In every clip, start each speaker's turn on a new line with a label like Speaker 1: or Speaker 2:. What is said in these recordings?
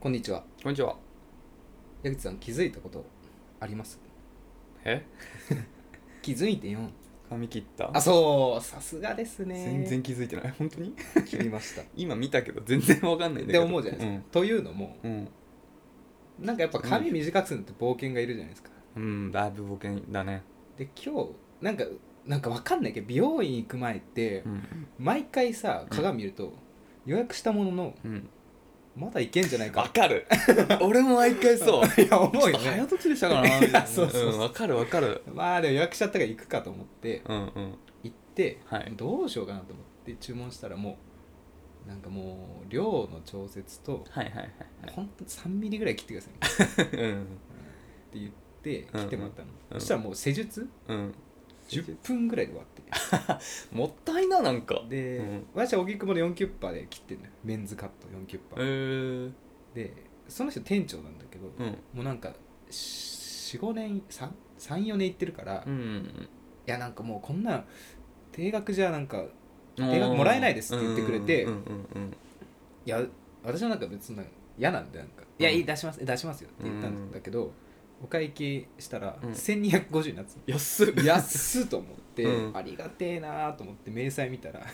Speaker 1: こんにちは
Speaker 2: こんにちは。
Speaker 1: 矢口さん気づいたことあります
Speaker 2: え
Speaker 1: 気づいてよ
Speaker 2: 髪切った
Speaker 1: あそうさすがですね
Speaker 2: 全然気づいてない。 本当に
Speaker 1: 切りましたっ
Speaker 2: 今見たけど全然わかんないんだけ
Speaker 1: て
Speaker 2: ど。
Speaker 1: 思うじゃない ですか、というのも
Speaker 2: うん。うん。
Speaker 1: なんかやっぱ髪短くするのって冒険がいるじゃないですか
Speaker 2: うん、だいぶ冒険だね。
Speaker 1: で今日なんかなんかわかんないけど美容院行く前って、
Speaker 2: うん。
Speaker 1: 毎回さ鏡見ると、予約したものの
Speaker 2: うん。
Speaker 1: まだいけんじゃない
Speaker 2: わ
Speaker 1: か
Speaker 2: かる 俺も毎回そう。
Speaker 1: いや思う
Speaker 2: ち
Speaker 1: よ
Speaker 2: ょっと早
Speaker 1: ね
Speaker 2: とちりしたからな。みたいな
Speaker 1: そうそうそうん
Speaker 2: わかるわかる。
Speaker 1: まあでも予約しちゃったから行くかと思って
Speaker 2: うんうん。
Speaker 1: 行って、
Speaker 2: はい
Speaker 1: どうしようかなと思って注文したらもうなんかもう量の調節と
Speaker 2: はいはいはい
Speaker 1: ほんと3ミリぐらい切ってくださいっ
Speaker 2: はい。うん。
Speaker 1: て言って切ってもらったの、
Speaker 2: うん
Speaker 1: そしたらもう施術
Speaker 2: うん。
Speaker 1: 10分ぐらいで終わっ
Speaker 2: もったいな、なんか。
Speaker 1: てで、
Speaker 2: うん
Speaker 1: 私は荻窪の4キュッパーで切ってんのよメンズカット4キュッパ
Speaker 2: え
Speaker 1: ー、
Speaker 2: ー。
Speaker 1: でその人店長なんだけど、
Speaker 2: うん。
Speaker 1: もうなんか45年34年行ってるから、
Speaker 2: う
Speaker 1: い
Speaker 2: ん。
Speaker 1: やなんかもうこんなん定額じゃなんか定額もらえないですって言ってくれて
Speaker 2: うんうんうん
Speaker 1: いや私はなんか別になんか嫌なんでなんか「いや
Speaker 2: うん
Speaker 1: いい出します出しますよ」って言ったんだけど、お会計したら
Speaker 2: うん
Speaker 1: 1250になってた
Speaker 2: うん。安 っ。
Speaker 1: 安っと思って、
Speaker 2: うん
Speaker 1: ありがてえなーと思って明細見たら、
Speaker 2: ん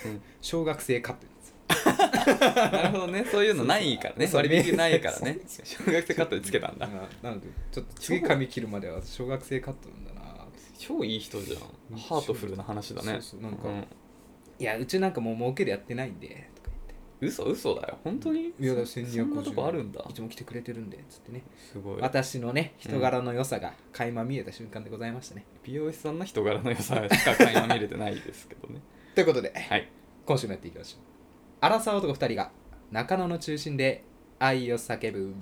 Speaker 1: 小学生カットなんですよ
Speaker 2: なるほどね、そういうのないからね、
Speaker 1: そうそう
Speaker 2: 割引ないからね、
Speaker 1: そ
Speaker 2: 小学生カットでつけたんだ。
Speaker 1: うなのでちょっと次髪切るまでは小学生カットなんだなーって
Speaker 2: 超いい人じゃん。ハートフルな話だね。
Speaker 1: そうそうなんか
Speaker 2: うん
Speaker 1: いやうちなんかもう儲けでやってないんでとか言って
Speaker 2: 嘘嘘だよ、本当に
Speaker 1: いやだ
Speaker 2: そ
Speaker 1: 1250
Speaker 2: んなとこあるんだ
Speaker 1: い。つも来てくれてるんでつってね
Speaker 2: すごい。
Speaker 1: 私のね人柄の良さが垣間見えた瞬間でございましたね、
Speaker 2: 美容師さんの人柄の良さしか垣間見れてないですけ どね。
Speaker 1: ということで
Speaker 2: はい。
Speaker 1: 今週もやっていきましょう荒沢男2人が中野の中心で愛を叫ぶ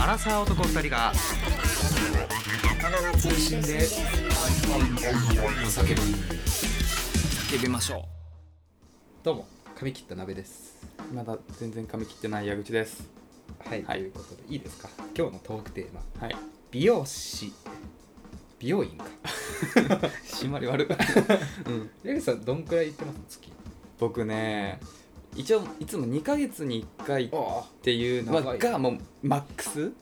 Speaker 1: 荒沢男2人が中野の中心で愛を叫ぶ叫びましょうどうも髪切った鍋です
Speaker 2: まだ全然髪切ってない矢口です。
Speaker 1: はい、
Speaker 2: はい
Speaker 1: ということでいいですか今日のトークテーマ
Speaker 2: はい。
Speaker 1: 美容師美容院か
Speaker 2: 締まり 悪い。うん、
Speaker 1: レグさんどんくらい行ってます月
Speaker 2: 僕ね、一応、いつも2ヶ月に1回っ
Speaker 1: あ
Speaker 2: ていうの
Speaker 1: 長い
Speaker 2: が、もうマックス
Speaker 1: うん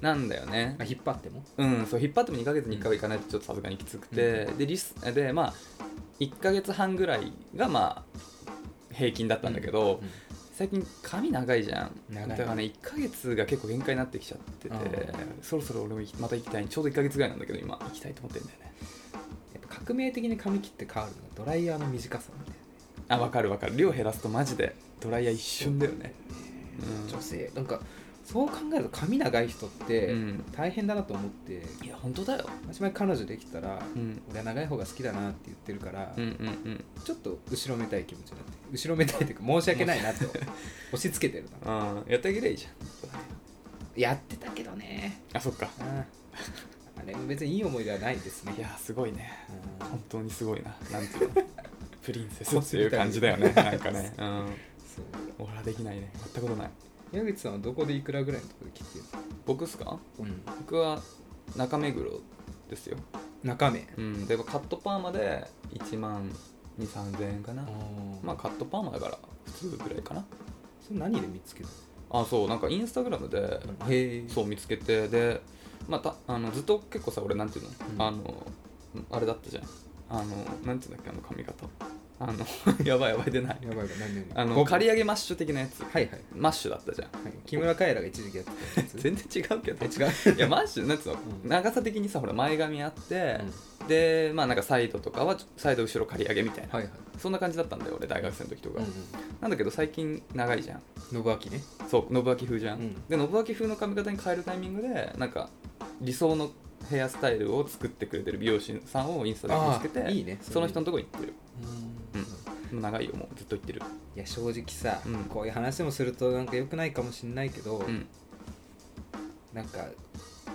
Speaker 2: なんだよね。
Speaker 1: あ引っ張っても
Speaker 2: うん、そう引っ張っても2ヶ月に1回はいかないとちょっとさすがにきつくて、でリスでまあ1ヶ月半ぐらいがまあ平均だったんだけど、
Speaker 1: うん
Speaker 2: 最近髪長いじゃん
Speaker 1: 長い
Speaker 2: だからね1ヶ月が結構限界になってきちゃってて
Speaker 1: あー
Speaker 2: そろそろ俺もまた行きたいちょうど1ヶ月ぐらいなんだけど今行きたいと思ってるんだよね
Speaker 1: やっぱ革命的に髪切って変わるのがドライヤーの短さなんだよね
Speaker 2: あ分かる分かる量減らすとマジでドライヤー一瞬だよねうん
Speaker 1: 女性なんかそう考えると髪長い人っ
Speaker 2: う
Speaker 1: て
Speaker 2: ん
Speaker 1: 大変だなと思って
Speaker 2: いや本当だよ、
Speaker 1: 私前彼女できたら
Speaker 2: うん、
Speaker 1: 俺は長い方が好きだなって言ってるから、
Speaker 2: うんうんうん
Speaker 1: ちょっと後ろめたい気持ちになって後ろめたいというか申し訳ない なと押し付けてるな
Speaker 2: あーやってあげりゃいいじゃん
Speaker 1: やってたけどね
Speaker 2: あそっか
Speaker 1: うんあれも別にいい思い出はないですね
Speaker 2: いやーすごいね
Speaker 1: うん
Speaker 2: 本当にすごいな、なんて いうの、プリンセスっていう感じだよね、 なんかね、うん、
Speaker 1: そう
Speaker 2: 俺はできないね、やったことない。
Speaker 1: 矢口さんはどこでいくらぐらいのところで切ってる
Speaker 2: 僕っすか
Speaker 1: の、
Speaker 2: 僕は中目黒ですよ。
Speaker 1: 中目
Speaker 2: うん、で、カットパーマで1万2、3000円かな。ま
Speaker 1: ま
Speaker 2: あ、
Speaker 1: あ
Speaker 2: カットパーマだから、普通ぐらいかな。
Speaker 1: それ何で見つけた
Speaker 2: あ、そう、なんかインスタグラムで、
Speaker 1: のへえ
Speaker 2: そう見つけて、で、まあ、たあのずっと結構さ、俺、なんていうの、
Speaker 1: うん
Speaker 2: あの、あれだったじゃん。あの、なんていうんだっけ、あの髪型。あの、 やばいやばい出ない。
Speaker 1: やばいやばい何々
Speaker 2: あの、
Speaker 1: 僕
Speaker 2: 刈り上げマッシュ的なやつ。
Speaker 1: はいはい
Speaker 2: マッシュだったじゃん
Speaker 1: はい木村カエラが一時期やってたやつ
Speaker 2: 全然違うけど
Speaker 1: 然違う
Speaker 2: いやマッシュなんつうの、
Speaker 1: うん
Speaker 2: 長さ的にさほら前髪あって、でまあなんかサイドとかはちょサイド後ろ刈り上げみたいな、
Speaker 1: はいはい
Speaker 2: そんな感じだったんだよ俺大学生の時とか、
Speaker 1: うんうん
Speaker 2: なんだけど最近長いじゃん
Speaker 1: 信明ね
Speaker 2: そう信明風じゃん、
Speaker 1: うん
Speaker 2: で信明風の髪型に変えるタイミングでなんか理想のヘアスタイルを作ってくれてる美容師さんをインスタで見つけ
Speaker 1: あー
Speaker 2: て
Speaker 1: いいね
Speaker 2: その人のとこ行ってる
Speaker 1: う
Speaker 2: うんんもう長いよもうずっと行ってる
Speaker 1: いや正直さ
Speaker 2: うん
Speaker 1: こういう話でもするとなんか良くないかもしんないけど
Speaker 2: うん
Speaker 1: なんか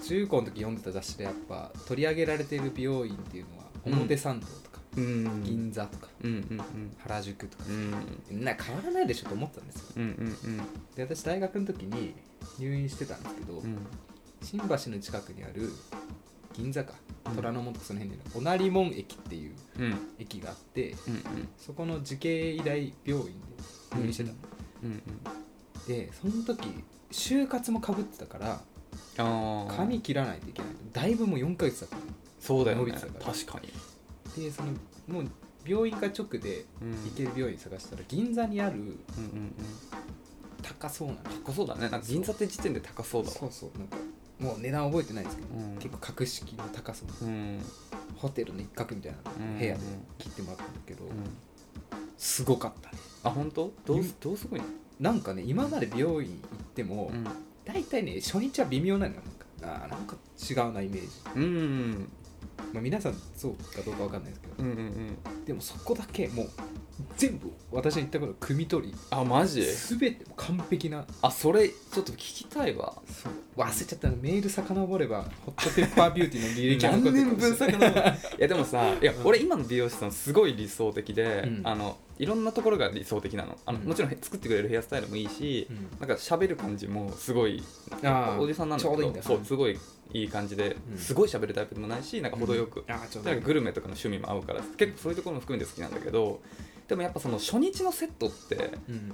Speaker 1: 中高の時読んでた雑誌でやっぱ取り上げられている美容院っていうのは表参道とか
Speaker 2: うんうん
Speaker 1: 銀座とか
Speaker 2: うんうん
Speaker 1: 原宿とか
Speaker 2: うんうん
Speaker 1: みんな変わらないでしょと思ったんですよ
Speaker 2: うんうんうん
Speaker 1: で私大学の時に入院してたんですけど、
Speaker 2: うん
Speaker 1: 新橋の近くにある銀座か
Speaker 2: うん
Speaker 1: 虎ノ門とかその辺にあるおなり門駅っていう
Speaker 2: うん
Speaker 1: 駅があって
Speaker 2: うんうん
Speaker 1: そこの慈恵医大病院で入院してたの、
Speaker 2: うんうん
Speaker 1: でその時就活もかぶってたから
Speaker 2: ああ
Speaker 1: 髪切らないといけないだいぶもう4ヶ月だったの
Speaker 2: そうだよ
Speaker 1: 伸び
Speaker 2: ね
Speaker 1: てた
Speaker 2: 確
Speaker 1: から
Speaker 2: かに、
Speaker 1: でそのもう病院が直で
Speaker 2: うん、
Speaker 1: 行ける病院探したら銀座にある
Speaker 2: うんうんうん
Speaker 1: 高そうな
Speaker 2: 高そうだねなんか銀座って時点で高そうだわ
Speaker 1: そうそうなんかもう値段覚えてないんですけど、
Speaker 2: うん
Speaker 1: 結構格式の高そうな
Speaker 2: うん
Speaker 1: ホテルの一角みたいな
Speaker 2: うん
Speaker 1: 部屋で切ってもらったんだけど、
Speaker 2: うん
Speaker 1: すごかったね
Speaker 2: あ本当どう
Speaker 1: ゆ
Speaker 2: どうすごいの
Speaker 1: なんかね今まで美容院行っても、
Speaker 2: うん
Speaker 1: 大体ね初日は微妙なのよなんかあーなんか違うなイメージ、
Speaker 2: うんうん
Speaker 1: まあ、皆さんそうかどうかわかんないですけど
Speaker 2: うんうんうん
Speaker 1: でもそこだけもう全部私の言ったことを汲み取り
Speaker 2: あマジ
Speaker 1: 全て完璧な
Speaker 2: あそれちょっと聞きたいわ
Speaker 1: そう忘れちゃったのメール遡ればホットペッパービューティーの履歴が残
Speaker 2: 何
Speaker 1: ってるか
Speaker 2: 年
Speaker 1: もしれ
Speaker 2: 分
Speaker 1: ない
Speaker 2: 先のいやでもさいや
Speaker 1: うん
Speaker 2: 俺今の美容師さんすごい理想的で、
Speaker 1: うん
Speaker 2: あのいろんなところが理想的なのあの、
Speaker 1: うん
Speaker 2: もちろん作ってくれるヘアスタイルもいいし、なんか喋る感じもすごい
Speaker 1: あー
Speaker 2: おじさんなんだ
Speaker 1: ち
Speaker 2: け
Speaker 1: ょうどいい
Speaker 2: ど
Speaker 1: んだよ
Speaker 2: そうすごいいい感じで、
Speaker 1: うん
Speaker 2: すごい喋るタイプでもないしなんか程よく、
Speaker 1: あーちょうど
Speaker 2: でないん
Speaker 1: い
Speaker 2: かグルメとかの趣味も合うから結構そういうところも含めて好きなんだけどでもやっぱその初日のセットって
Speaker 1: うん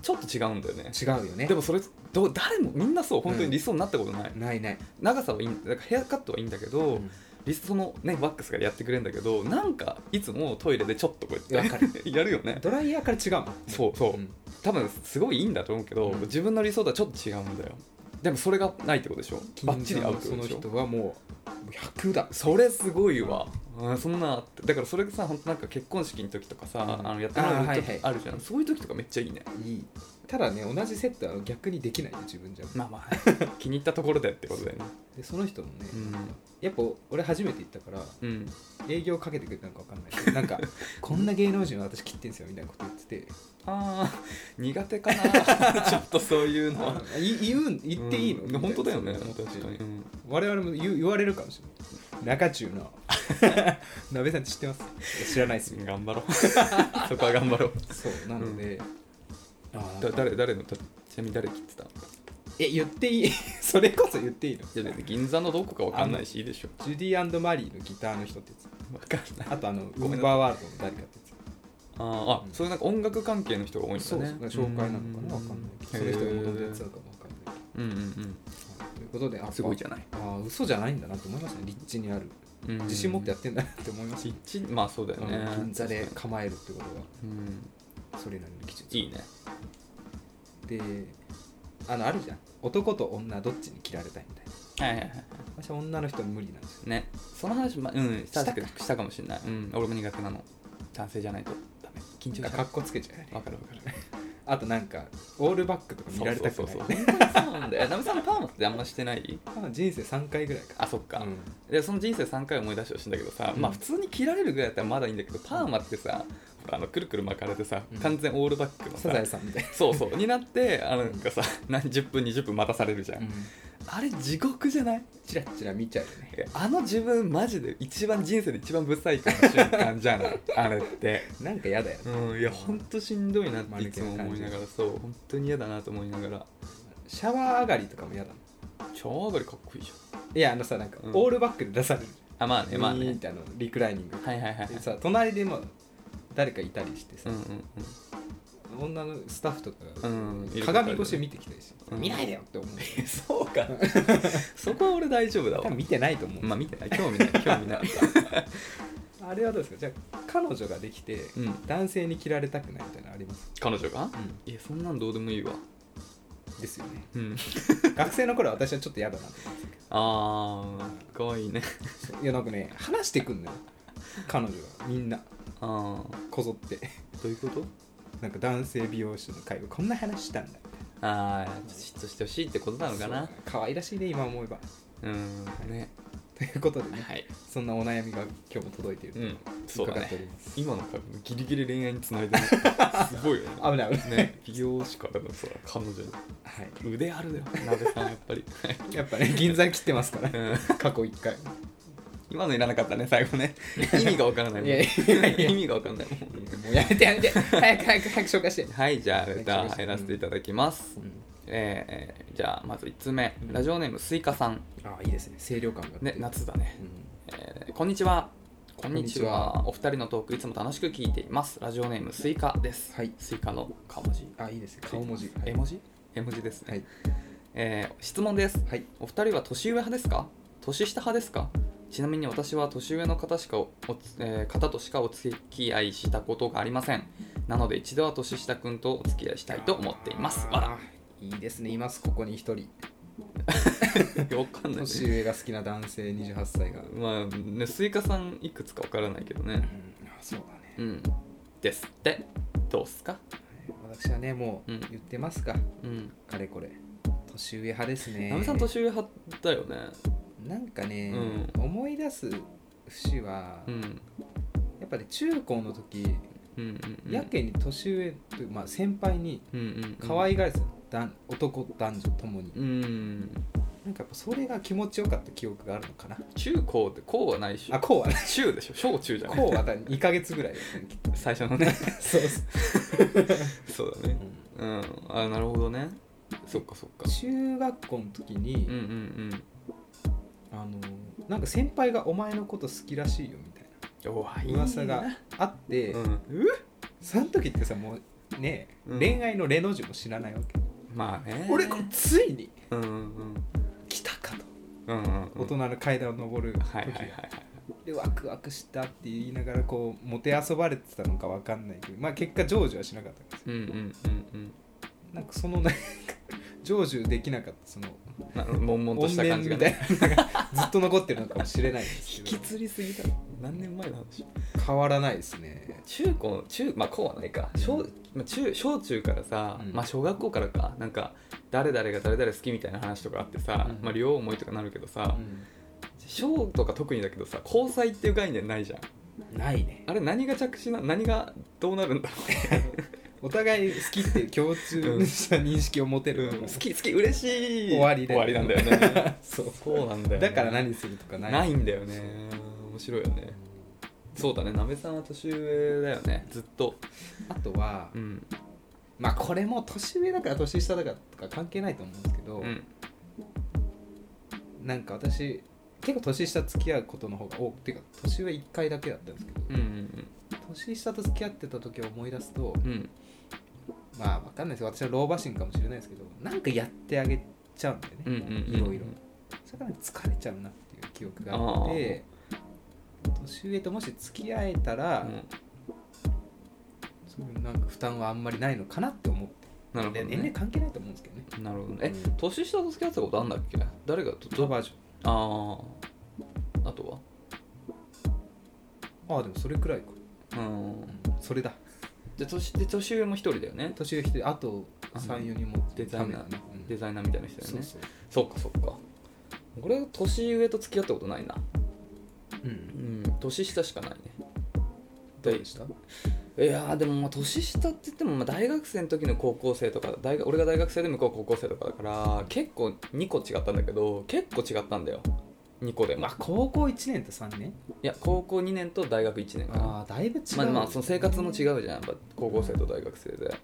Speaker 2: ちょっと違うんだよね
Speaker 1: 違うよね
Speaker 2: でもそれどう誰もみんなそう本当に理想になったことない、
Speaker 1: ないない、
Speaker 2: 長さはいいんだからヘアカットはいいんだけど、リストの、ね、ワックスがやってくれるんだけどなんかいつもトイレでちょっとこうやって
Speaker 1: わかる
Speaker 2: やるよね
Speaker 1: ドライヤーから違うもん
Speaker 2: そうそう
Speaker 1: うん
Speaker 2: 多分すごいいいんだと思うけど、
Speaker 1: うん
Speaker 2: 自分の理想とはちょっと違うんだよでもそれがないってことでしょバッチリ合うってこ
Speaker 1: そ
Speaker 2: と
Speaker 1: の
Speaker 2: でしょ
Speaker 1: 人はもう100だ
Speaker 2: それすごいわ、うんそんなあってだからそれがさ本当なんか結婚式の時とかさ、
Speaker 1: うん
Speaker 2: あのやってもらう
Speaker 1: あー
Speaker 2: 時
Speaker 1: はいはい
Speaker 2: あるじゃん、そういう時とかめっちゃいいね
Speaker 1: いいただね同じセットは逆にできないよ自分じゃ
Speaker 2: まあまあ気に入ったところでってことだよね
Speaker 1: でその人もね、
Speaker 2: うん
Speaker 1: やっぱ俺初めて行ったから
Speaker 2: うん
Speaker 1: 営業かけてくれたのか分かんないけどなん かこんな芸能人は私切ってんすよみたいなこと言ってて
Speaker 2: あー苦手 かなちょっとそういうのは
Speaker 1: あい言うん言っていいの、みた
Speaker 2: うん
Speaker 1: いな
Speaker 2: 本当だよね
Speaker 1: そう思って
Speaker 2: 確かに、うん
Speaker 1: 我々も言う言われるかもしれない中中 の鍋さんって知ってます知らないですよ
Speaker 2: 頑張ろう そこは頑張ろう
Speaker 1: そうなので、あーな
Speaker 2: だ
Speaker 1: んか
Speaker 2: 誰誰のだちなみに誰切ってた
Speaker 1: え言っていい それこそ言っていいの
Speaker 2: いや別に銀座のどこかわかんないしいいでしょ
Speaker 1: ジュディマリーのギターの人ってやつ
Speaker 2: わかんない
Speaker 1: あとあのウ
Speaker 2: ごめん
Speaker 1: ーバーワールドの誰かってやつ
Speaker 2: あーあ、
Speaker 1: うん
Speaker 2: そういうなんか音楽関係の人が多いんだね
Speaker 1: そうそう紹介なのかなわかんないけどその人が元々やってた
Speaker 2: へ
Speaker 1: のかもわかんない
Speaker 2: ーうんうん
Speaker 1: けどはいということで
Speaker 2: う
Speaker 1: あ
Speaker 2: んすごいじゃない
Speaker 1: あー嘘じゃないんだなと思いましたね立地にある
Speaker 2: うん
Speaker 1: 自信持ってやってんだなって思いまし
Speaker 2: 一致まあそうだ
Speaker 1: た
Speaker 2: よね
Speaker 1: うん銀座で構えるってこと
Speaker 2: うん
Speaker 1: がそれなりの技術
Speaker 2: いいね
Speaker 1: であのあるじゃん男と女どっちに切られたいみたいな
Speaker 2: はいはいはい
Speaker 1: 私は女の人は無理なんですよ
Speaker 2: ねその話まうんした
Speaker 1: したか
Speaker 2: したかもしれないうん俺も苦手なの男性じゃないとダメ緊張しち
Speaker 1: なんか
Speaker 2: ゃ
Speaker 1: かっこつけちゃうよね
Speaker 2: うわかるわかる
Speaker 1: あとなんかオールバックとか見られたく
Speaker 2: そう
Speaker 1: ない
Speaker 2: そうそうそう本当にそうなんだよナミさんのパーマってあんましてない
Speaker 1: まあ人生3回ぐらいか
Speaker 2: あそっか、
Speaker 1: うん
Speaker 2: でその人生3回思い出してほしいんだけどさ、
Speaker 1: うん
Speaker 2: まあ普通に切られるぐらいだったらまだいいんだけどパーマってさほらあのくるくる巻かれてさ
Speaker 1: うん
Speaker 2: 完全オールバックのさ、
Speaker 1: サザエさんみたいな
Speaker 2: そうそうになってあのなんかさ何十分20分待たされるじゃん、あれ地獄じゃない
Speaker 1: チラチラ見ちゃうよね
Speaker 2: えあの自分マジで一番人生で一番ブサイクな瞬間じゃない あれって
Speaker 1: なんか嫌だよね
Speaker 2: うんいやほんとしんどいなっていつ
Speaker 1: 丸
Speaker 2: も
Speaker 1: くなる
Speaker 2: 思
Speaker 1: 感
Speaker 2: い
Speaker 1: じ
Speaker 2: ながらそう本当に嫌だなと思いながら
Speaker 1: シャワー上がりとかも嫌だ
Speaker 2: 超上がりかっこいいじゃん
Speaker 1: いやあのさなんか
Speaker 2: うん
Speaker 1: オールバックで出される、
Speaker 2: あまあねまあ
Speaker 1: ウィーンっ
Speaker 2: ね
Speaker 1: てあのリクライニング、
Speaker 2: はいはいはいはい
Speaker 1: でさ隣でも誰かいたりして
Speaker 2: う
Speaker 1: さ
Speaker 2: ん、うんうん
Speaker 1: 女のスタッフとかが、
Speaker 2: うん
Speaker 1: 鏡越しで見てきたりして、
Speaker 2: うん
Speaker 1: 見ないでよって思う
Speaker 2: えそうかそこは俺大丈夫 だ
Speaker 1: 多
Speaker 2: わ
Speaker 1: 分見てないと思う、
Speaker 2: まあ見てない興味ない興味ない
Speaker 1: あれはどうですかじゃあ彼女ができて、
Speaker 2: うん
Speaker 1: 男性に切られたくないみたいなのあります、
Speaker 2: 彼女がいやそんなんどうでもいいわ
Speaker 1: ですよね
Speaker 2: うん
Speaker 1: 学生の頃は私はちょっと嫌だなって
Speaker 2: あーかわいいね
Speaker 1: いやなんかね話してくんのよ彼女がみんな
Speaker 2: ああ
Speaker 1: こぞって
Speaker 2: どういうこと
Speaker 1: なんか男性美容師の会話こんな話したんだ
Speaker 2: ああちょっと嫉妬してほしいってことなのかな
Speaker 1: そう可愛らしいね今思えば
Speaker 2: うんね
Speaker 1: ということでね、
Speaker 2: はい
Speaker 1: そんなお悩みが今日も届いていると
Speaker 2: うんそうだ
Speaker 1: 伺っており
Speaker 2: ね
Speaker 1: ます
Speaker 2: 今のかギリギリ恋愛につないでる すごいよね
Speaker 1: 危ない危ない、
Speaker 2: ね美容師からのさ彼 女に
Speaker 1: はい、
Speaker 2: 腕あるよ鍋さんやっぱり
Speaker 1: やっぱね銀座に切ってますから
Speaker 2: うん
Speaker 1: 過去1回
Speaker 2: 今のいらなかったね最後 ね意味がわからないも
Speaker 1: い
Speaker 2: ん
Speaker 1: やいやいや
Speaker 2: 意味がわかんないもん
Speaker 1: もうやめてやめて早く早く早く紹介して、
Speaker 2: はいじゃあレター入らせていただきます、
Speaker 1: うん、
Speaker 2: えーじゃあまず1つ目
Speaker 1: うん
Speaker 2: ラジオネームスイカさん
Speaker 1: ああいいですね清涼感があって
Speaker 2: ね夏だね
Speaker 1: う、ん
Speaker 2: えーこんにちはこんにちは
Speaker 1: こ
Speaker 2: お二人のトークいつも楽しく聞いていますラジオネームスイカです、
Speaker 1: はい
Speaker 2: スイカの顔文字
Speaker 1: あいいですね顔文字、はい
Speaker 2: 絵文字絵文字ですね、
Speaker 1: はい
Speaker 2: えー質問です
Speaker 1: はい
Speaker 2: お二人は年上派ですか年下派ですかちなみに私は年上の方しかお、おつえー方としかお付き合いしたことがありませんなので一度は年下くんとお付き合いしたいと思っていますわ
Speaker 1: あーいいですねいますここに一人
Speaker 2: らわかんない、
Speaker 1: 年
Speaker 2: ね、
Speaker 1: 上が好きな男性28歳が、うん、
Speaker 2: まあねスイカさんいくつかわからないけどね
Speaker 1: あそうだね
Speaker 2: うんですってどうっすか
Speaker 1: 私はねもう
Speaker 2: うん
Speaker 1: 言ってますか、
Speaker 2: うん
Speaker 1: かれこれ年上派ですね
Speaker 2: ナメさん年上派だよね
Speaker 1: なんかね、
Speaker 2: う
Speaker 1: 思い出す節は、
Speaker 2: うん
Speaker 1: やっぱり中高の時
Speaker 2: うんうんうん
Speaker 1: やけに年上という、まあ、先輩に
Speaker 2: うんうん
Speaker 1: 可愛がられてたの、男男男女ともに
Speaker 2: うん
Speaker 1: なんかやっぱそれが気持ちよかった記憶があるのかな
Speaker 2: 中高って高はないでし
Speaker 1: あ
Speaker 2: ょ
Speaker 1: こうはね
Speaker 2: 中でしょ小中じゃない
Speaker 1: こうはだ2ヶ月ぐらいだったねきっと
Speaker 2: 最初 のね
Speaker 1: そうそう
Speaker 2: そうだねうんあなるほどねそっかそっか
Speaker 1: 中学校の時に、
Speaker 2: うんうん
Speaker 1: あのなんか先輩がお前のこと好きらしいよみたい
Speaker 2: うんおわいい
Speaker 1: な
Speaker 2: な
Speaker 1: 噂があって、
Speaker 2: うん
Speaker 1: その時ってさもうね、
Speaker 2: うん
Speaker 1: 恋愛のレの字も知らないわけ、
Speaker 2: まあね
Speaker 1: 俺こうついに
Speaker 2: うんうん
Speaker 1: 来たかと、
Speaker 2: うんうん
Speaker 1: 大人の階段を上る時が、
Speaker 2: はいはいはいはい
Speaker 1: でワクワクしたって言いながらこうもてあそばれてたのかわかんないけどまあ結果成就はしなかったんです
Speaker 2: うんうんうん
Speaker 1: なんかそのなんか 成就できなかったその
Speaker 2: うんなるほど悶々と
Speaker 1: 怨
Speaker 2: した感
Speaker 1: 念
Speaker 2: じが
Speaker 1: みたい
Speaker 2: ね
Speaker 1: なのがずっと残ってるのかもしれないです
Speaker 2: 引
Speaker 1: け
Speaker 2: き
Speaker 1: ど
Speaker 2: ずりすぎだろ何年前の話
Speaker 1: 変わらないですね
Speaker 2: 中高中まあ高はないか
Speaker 1: うん
Speaker 2: 小,、まあ、中小中からさ、
Speaker 1: うん
Speaker 2: まあ、小学校からかなんか誰々が誰々好きみたいな話とかあってさ、
Speaker 1: うん
Speaker 2: まあ、両思いとかなるけどさ、
Speaker 1: う
Speaker 2: 小とか特にだけどさ交際っていう概念ないじゃん
Speaker 1: んないね
Speaker 2: あれ何が着地な何がどうなるんだろ
Speaker 1: お互い好きっていう共通した認識を持て
Speaker 2: う、
Speaker 1: る、
Speaker 2: うん好き好き嬉しい
Speaker 1: 終わりだ
Speaker 2: 終
Speaker 1: よ
Speaker 2: わりなんだよ ね
Speaker 1: そう
Speaker 2: そうなんだよね、
Speaker 1: だから何するとかない
Speaker 2: ないんだよね面白いよねそうだねなべさんは年上だよねずっと
Speaker 1: あとは、
Speaker 2: うん
Speaker 1: まあこれも年上だから年下だからとか関係ないと思うんですけど、
Speaker 2: うん
Speaker 1: なんか私結構年下付き合うことの方が多くていうか年上1回だけだったんですけど
Speaker 2: うんうん
Speaker 1: 年下と付き合ってた時を思い出すと
Speaker 2: うんうん
Speaker 1: まあ分かんないです私は老婆心かもしれないですけどなんかやってあげちゃうんだよね、
Speaker 2: うんうんうん
Speaker 1: いろいろそれから疲れちゃうなっていう記憶があって年上ともし付き合えたら、
Speaker 2: うん
Speaker 1: そういうなんか負担はあんまりないのかなって思って
Speaker 2: なるほど、
Speaker 1: で
Speaker 2: ね、
Speaker 1: 年齢関係ないと思うんですけどね
Speaker 2: なるほどね。え、年下と付き合ってたことあんだっけ誰がと
Speaker 1: ロバージ
Speaker 2: ああ。あと
Speaker 1: ョンああでもそれくらいか、
Speaker 2: はうん。
Speaker 1: それだ
Speaker 2: で、年で年上も一人だよね。
Speaker 1: 年上一人あと
Speaker 2: あの
Speaker 1: 34人も
Speaker 2: デザイナー
Speaker 1: ダメだね、うん
Speaker 2: デザイナーみたいな人だよ
Speaker 1: そ
Speaker 2: ね。
Speaker 1: う
Speaker 2: そ
Speaker 1: そう
Speaker 2: っかそっか。俺、年上と付き合ったことないな。
Speaker 1: う
Speaker 2: うんん、年下しかないね。
Speaker 1: どうでした
Speaker 2: いやーでもまあ年下って言ってもまあ大学生の時の高校生とか大学俺が大学生で向こう高校生とかだから結構2個違ったんだけど結構違ったんだよ2個でも
Speaker 1: まあ高校1年と3年
Speaker 2: いや高校2年と大学1年かな
Speaker 1: ああだいぶ違う
Speaker 2: まあ、まあその生活も違うじゃんやっぱ高校生と大学生で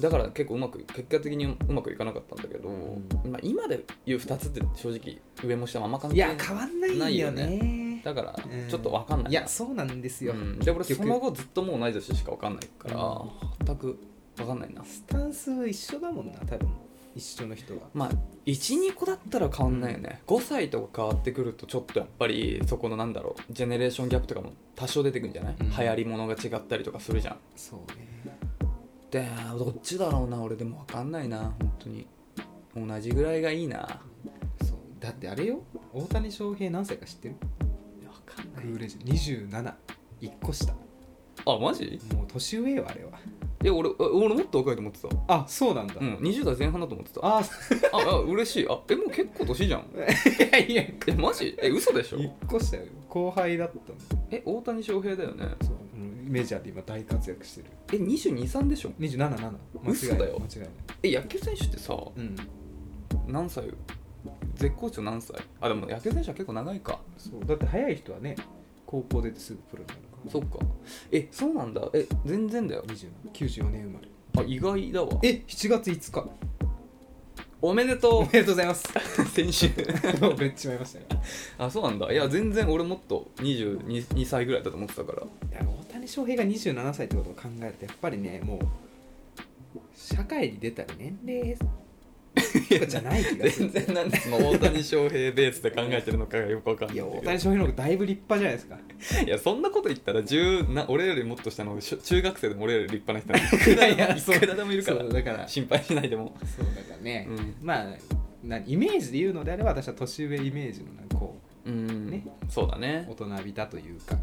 Speaker 2: だから結構うまく結果的にうまくいかなかったんだけど、
Speaker 1: う
Speaker 2: まあ、今で言う2つって正直上も下もあんま関
Speaker 1: い
Speaker 2: 係な
Speaker 1: や
Speaker 2: い
Speaker 1: 変わんないんだよ
Speaker 2: ない
Speaker 1: ね
Speaker 2: だから
Speaker 1: うん
Speaker 2: ちょっと分かんない
Speaker 1: いやそうなんですよ、
Speaker 2: うんで俺
Speaker 1: 結
Speaker 2: そ
Speaker 1: 局
Speaker 2: の後ずっともう同い年しか分かんないから、
Speaker 1: う
Speaker 2: 全く分かんないな
Speaker 1: スタンスは一緒だもんな多分一緒の人は
Speaker 2: まあ12個だったら変わんないよね5歳とか変わってくるとちょっとやっぱりそこのなんだろうジェネレーションギャップとかも多少出てくるんじゃない、
Speaker 1: うん
Speaker 2: 流行りものが違ったりとかするじゃん
Speaker 1: そうね
Speaker 2: でどっちだろうな俺でも分かんないな本当に同じぐらいがいいな
Speaker 1: そうだってあれよ大谷翔平何歳か知ってる
Speaker 2: 分かん
Speaker 1: グーレジ271個下
Speaker 2: あマジ
Speaker 1: もう年上よあれは
Speaker 2: え俺え俺もっと若いと思ってた
Speaker 1: あそうなんだ、
Speaker 2: うん20代前半だと思ってた あ
Speaker 1: あ
Speaker 2: あ嬉しいあえもう結構年じゃん
Speaker 1: いやいや
Speaker 2: えマジえ嘘でしょ
Speaker 1: 1個下よ後輩だったの
Speaker 2: え大谷翔平だよね
Speaker 1: そううんメジャーで今大活躍してる
Speaker 2: え223でしょ
Speaker 1: 277間違いな
Speaker 2: 嘘
Speaker 1: い
Speaker 2: だよ
Speaker 1: 間違いない
Speaker 2: え野球選手ってさ
Speaker 1: うん
Speaker 2: 何歳絶好調何歳あでも野球選手は結構長いか
Speaker 1: そうだって早い人はね高校出てすぐプロになるから
Speaker 2: そっかえそうなんだえ全然だよ
Speaker 1: 27 94年生まれ
Speaker 2: あ意外だわ
Speaker 1: え7月5日
Speaker 2: おめで
Speaker 1: お
Speaker 2: と
Speaker 1: めでとうござい ます
Speaker 2: う 先週
Speaker 1: もうべっちまいましたよ
Speaker 2: あそうなんだいや全然俺もっと22歳ぐらいだと思ってたから
Speaker 1: だから大谷翔平が27歳ってことを考えるとやっぱりねもう社会に出たり年齢とかじゃない気がす
Speaker 2: 全
Speaker 1: る
Speaker 2: 然なんですもう大谷翔平ベースで考えてるのかがよくわかんない
Speaker 1: いや
Speaker 2: ん
Speaker 1: 大
Speaker 2: だけど
Speaker 1: 谷翔平の方がだいぶ立派じゃないですか
Speaker 2: いやそんなこと言ったら10な俺よりもっと下のしょ中学生でも俺より立派な人なんていくら
Speaker 1: いやそう
Speaker 2: いくらでもいるから
Speaker 1: そうだから
Speaker 2: 心配しないでも
Speaker 1: そうだからね、
Speaker 2: うん
Speaker 1: まあなイメージで言うのであれば私は年上イメージのなんかこ
Speaker 2: うん、
Speaker 1: ね
Speaker 2: そうだ
Speaker 1: う
Speaker 2: ね
Speaker 1: 大人びたというか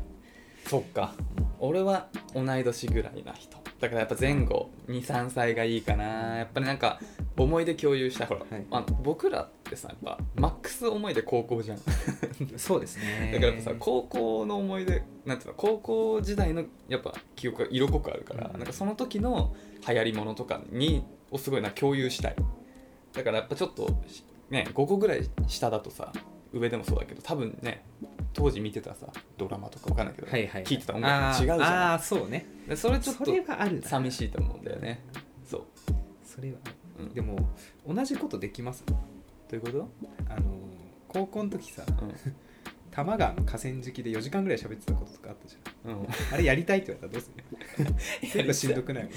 Speaker 2: そっか俺は同い年ぐらいな人だからやっぱ前後23歳がいいかなやっぱりなんか思い出共有したほら、
Speaker 1: はい
Speaker 2: あの僕らってさやっぱマックス思い出高校じゃん
Speaker 1: そうですね
Speaker 2: だからやっぱさ高校の思い出なんていうの高校時代のやっぱ記憶が色濃くあるから、
Speaker 1: うん
Speaker 2: なんかその時の流行りものとかにをすごいな共有したいだからやっぱちょっとしね5個ぐらい下だとさ上でもそうだけど多分ね当時見てたさドラマとかわかんないけど、
Speaker 1: はいはい
Speaker 2: 聞いてた音楽も違うじゃん
Speaker 1: あーあーそうね
Speaker 2: でそれちょっ
Speaker 1: そ
Speaker 2: と
Speaker 1: れはあるな
Speaker 2: 寂しいと思うんだよねそう、
Speaker 1: それはある
Speaker 2: うん、
Speaker 1: でも同じことできます
Speaker 2: どういうこ
Speaker 1: あの高校の時さ
Speaker 2: と、
Speaker 1: 多摩川の河川敷で4時間ぐらい喋ってたこととかあったじゃ
Speaker 2: うんうん
Speaker 1: んあれやりたいって言われたらどうする 結構しんどくない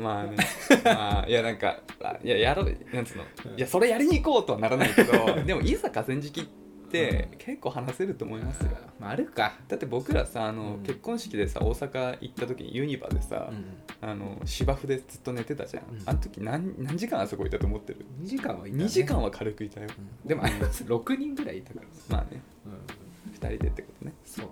Speaker 2: まあね、まあ、いやなんかあいややろうなんつうの
Speaker 1: うん
Speaker 2: いやそれやりに行こうとはならない けどでもいざ河川敷って結構話せると思いますよ
Speaker 1: まああるか
Speaker 2: だって僕らさあの、
Speaker 1: うん
Speaker 2: 結婚式でさ大阪行った時にユニバでさ、
Speaker 1: 2
Speaker 2: あの芝生でずっと寝てたじゃん、
Speaker 1: うん
Speaker 2: あの時何何時間あそこいたと思ってる
Speaker 1: 時間はいたね
Speaker 2: 2時間は軽くいたよ
Speaker 1: うんでもあれ6人 ぐらいいたからさ
Speaker 2: まあね
Speaker 1: うん
Speaker 2: 2人でってことね
Speaker 1: そう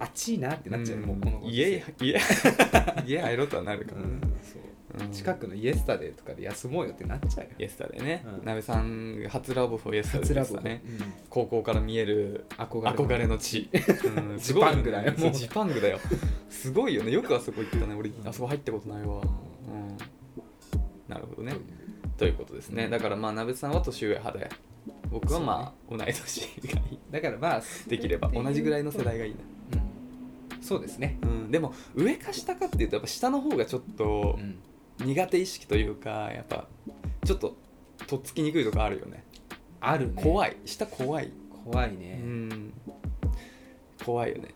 Speaker 1: あっちいなってなっちゃうもうこの
Speaker 2: ん家家 家入ろうとはなる
Speaker 1: う
Speaker 2: からね
Speaker 1: ん、そう
Speaker 2: うん
Speaker 1: 近くのイエスタデーとかで休もうよってなっちゃうよ
Speaker 2: イエスタでね、
Speaker 1: うん
Speaker 2: なべさん初ラブフォーイエスタででしたね高校から見える
Speaker 1: 憧れ
Speaker 2: 憧れの地、うん
Speaker 1: ジパングだよ
Speaker 2: すごい
Speaker 1: もう
Speaker 2: そうジパングだよすごいよねよくあそこ行ったね俺
Speaker 1: うん
Speaker 2: あそこ入ったことないわ、うん、なるほど
Speaker 1: ね
Speaker 2: ねということですねだからまあ鍋さんは年上派で僕はまあ、同い年がいい
Speaker 1: だからまあ
Speaker 2: で きれば同じぐらいの世代がいい
Speaker 1: うんそうですね
Speaker 2: な、うん、でも上か下かっていうとやっぱ下の方がちょっと
Speaker 1: うん
Speaker 2: 苦手意識というかやっぱちょっととっつきにくいとこあるよね
Speaker 1: あるね
Speaker 2: 怖い下怖い、
Speaker 1: 怖いうね
Speaker 2: ん怖いよね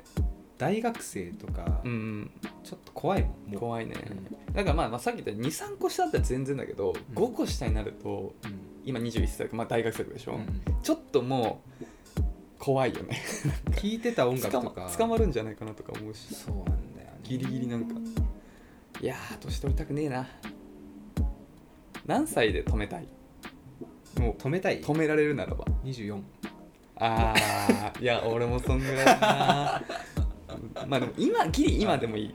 Speaker 1: 大学生とか
Speaker 2: うん
Speaker 1: ちょっと怖いもんも
Speaker 2: 怖いね、
Speaker 1: ううん
Speaker 2: だからまあまあさっき言った23個下だったら全然だけ
Speaker 1: ん
Speaker 2: ど5個下になると
Speaker 1: うん
Speaker 2: 今21歳か、まあ、大学生でし
Speaker 1: う
Speaker 2: ょ、
Speaker 1: ん
Speaker 2: ちょっともう怖いよね
Speaker 1: 聞いて た音楽
Speaker 2: 捕
Speaker 1: と
Speaker 2: ま
Speaker 1: か
Speaker 2: 捕まるんじゃないかなとか思うし
Speaker 1: そうなんだよね
Speaker 2: ギリギリなんかいやー年取りたくねえな何歳で止めたいも
Speaker 1: 止めた
Speaker 2: う
Speaker 1: い
Speaker 2: 止められるならば
Speaker 1: 24
Speaker 2: あーいや俺もそんぐらいだなまあでも今ギリ今でもいい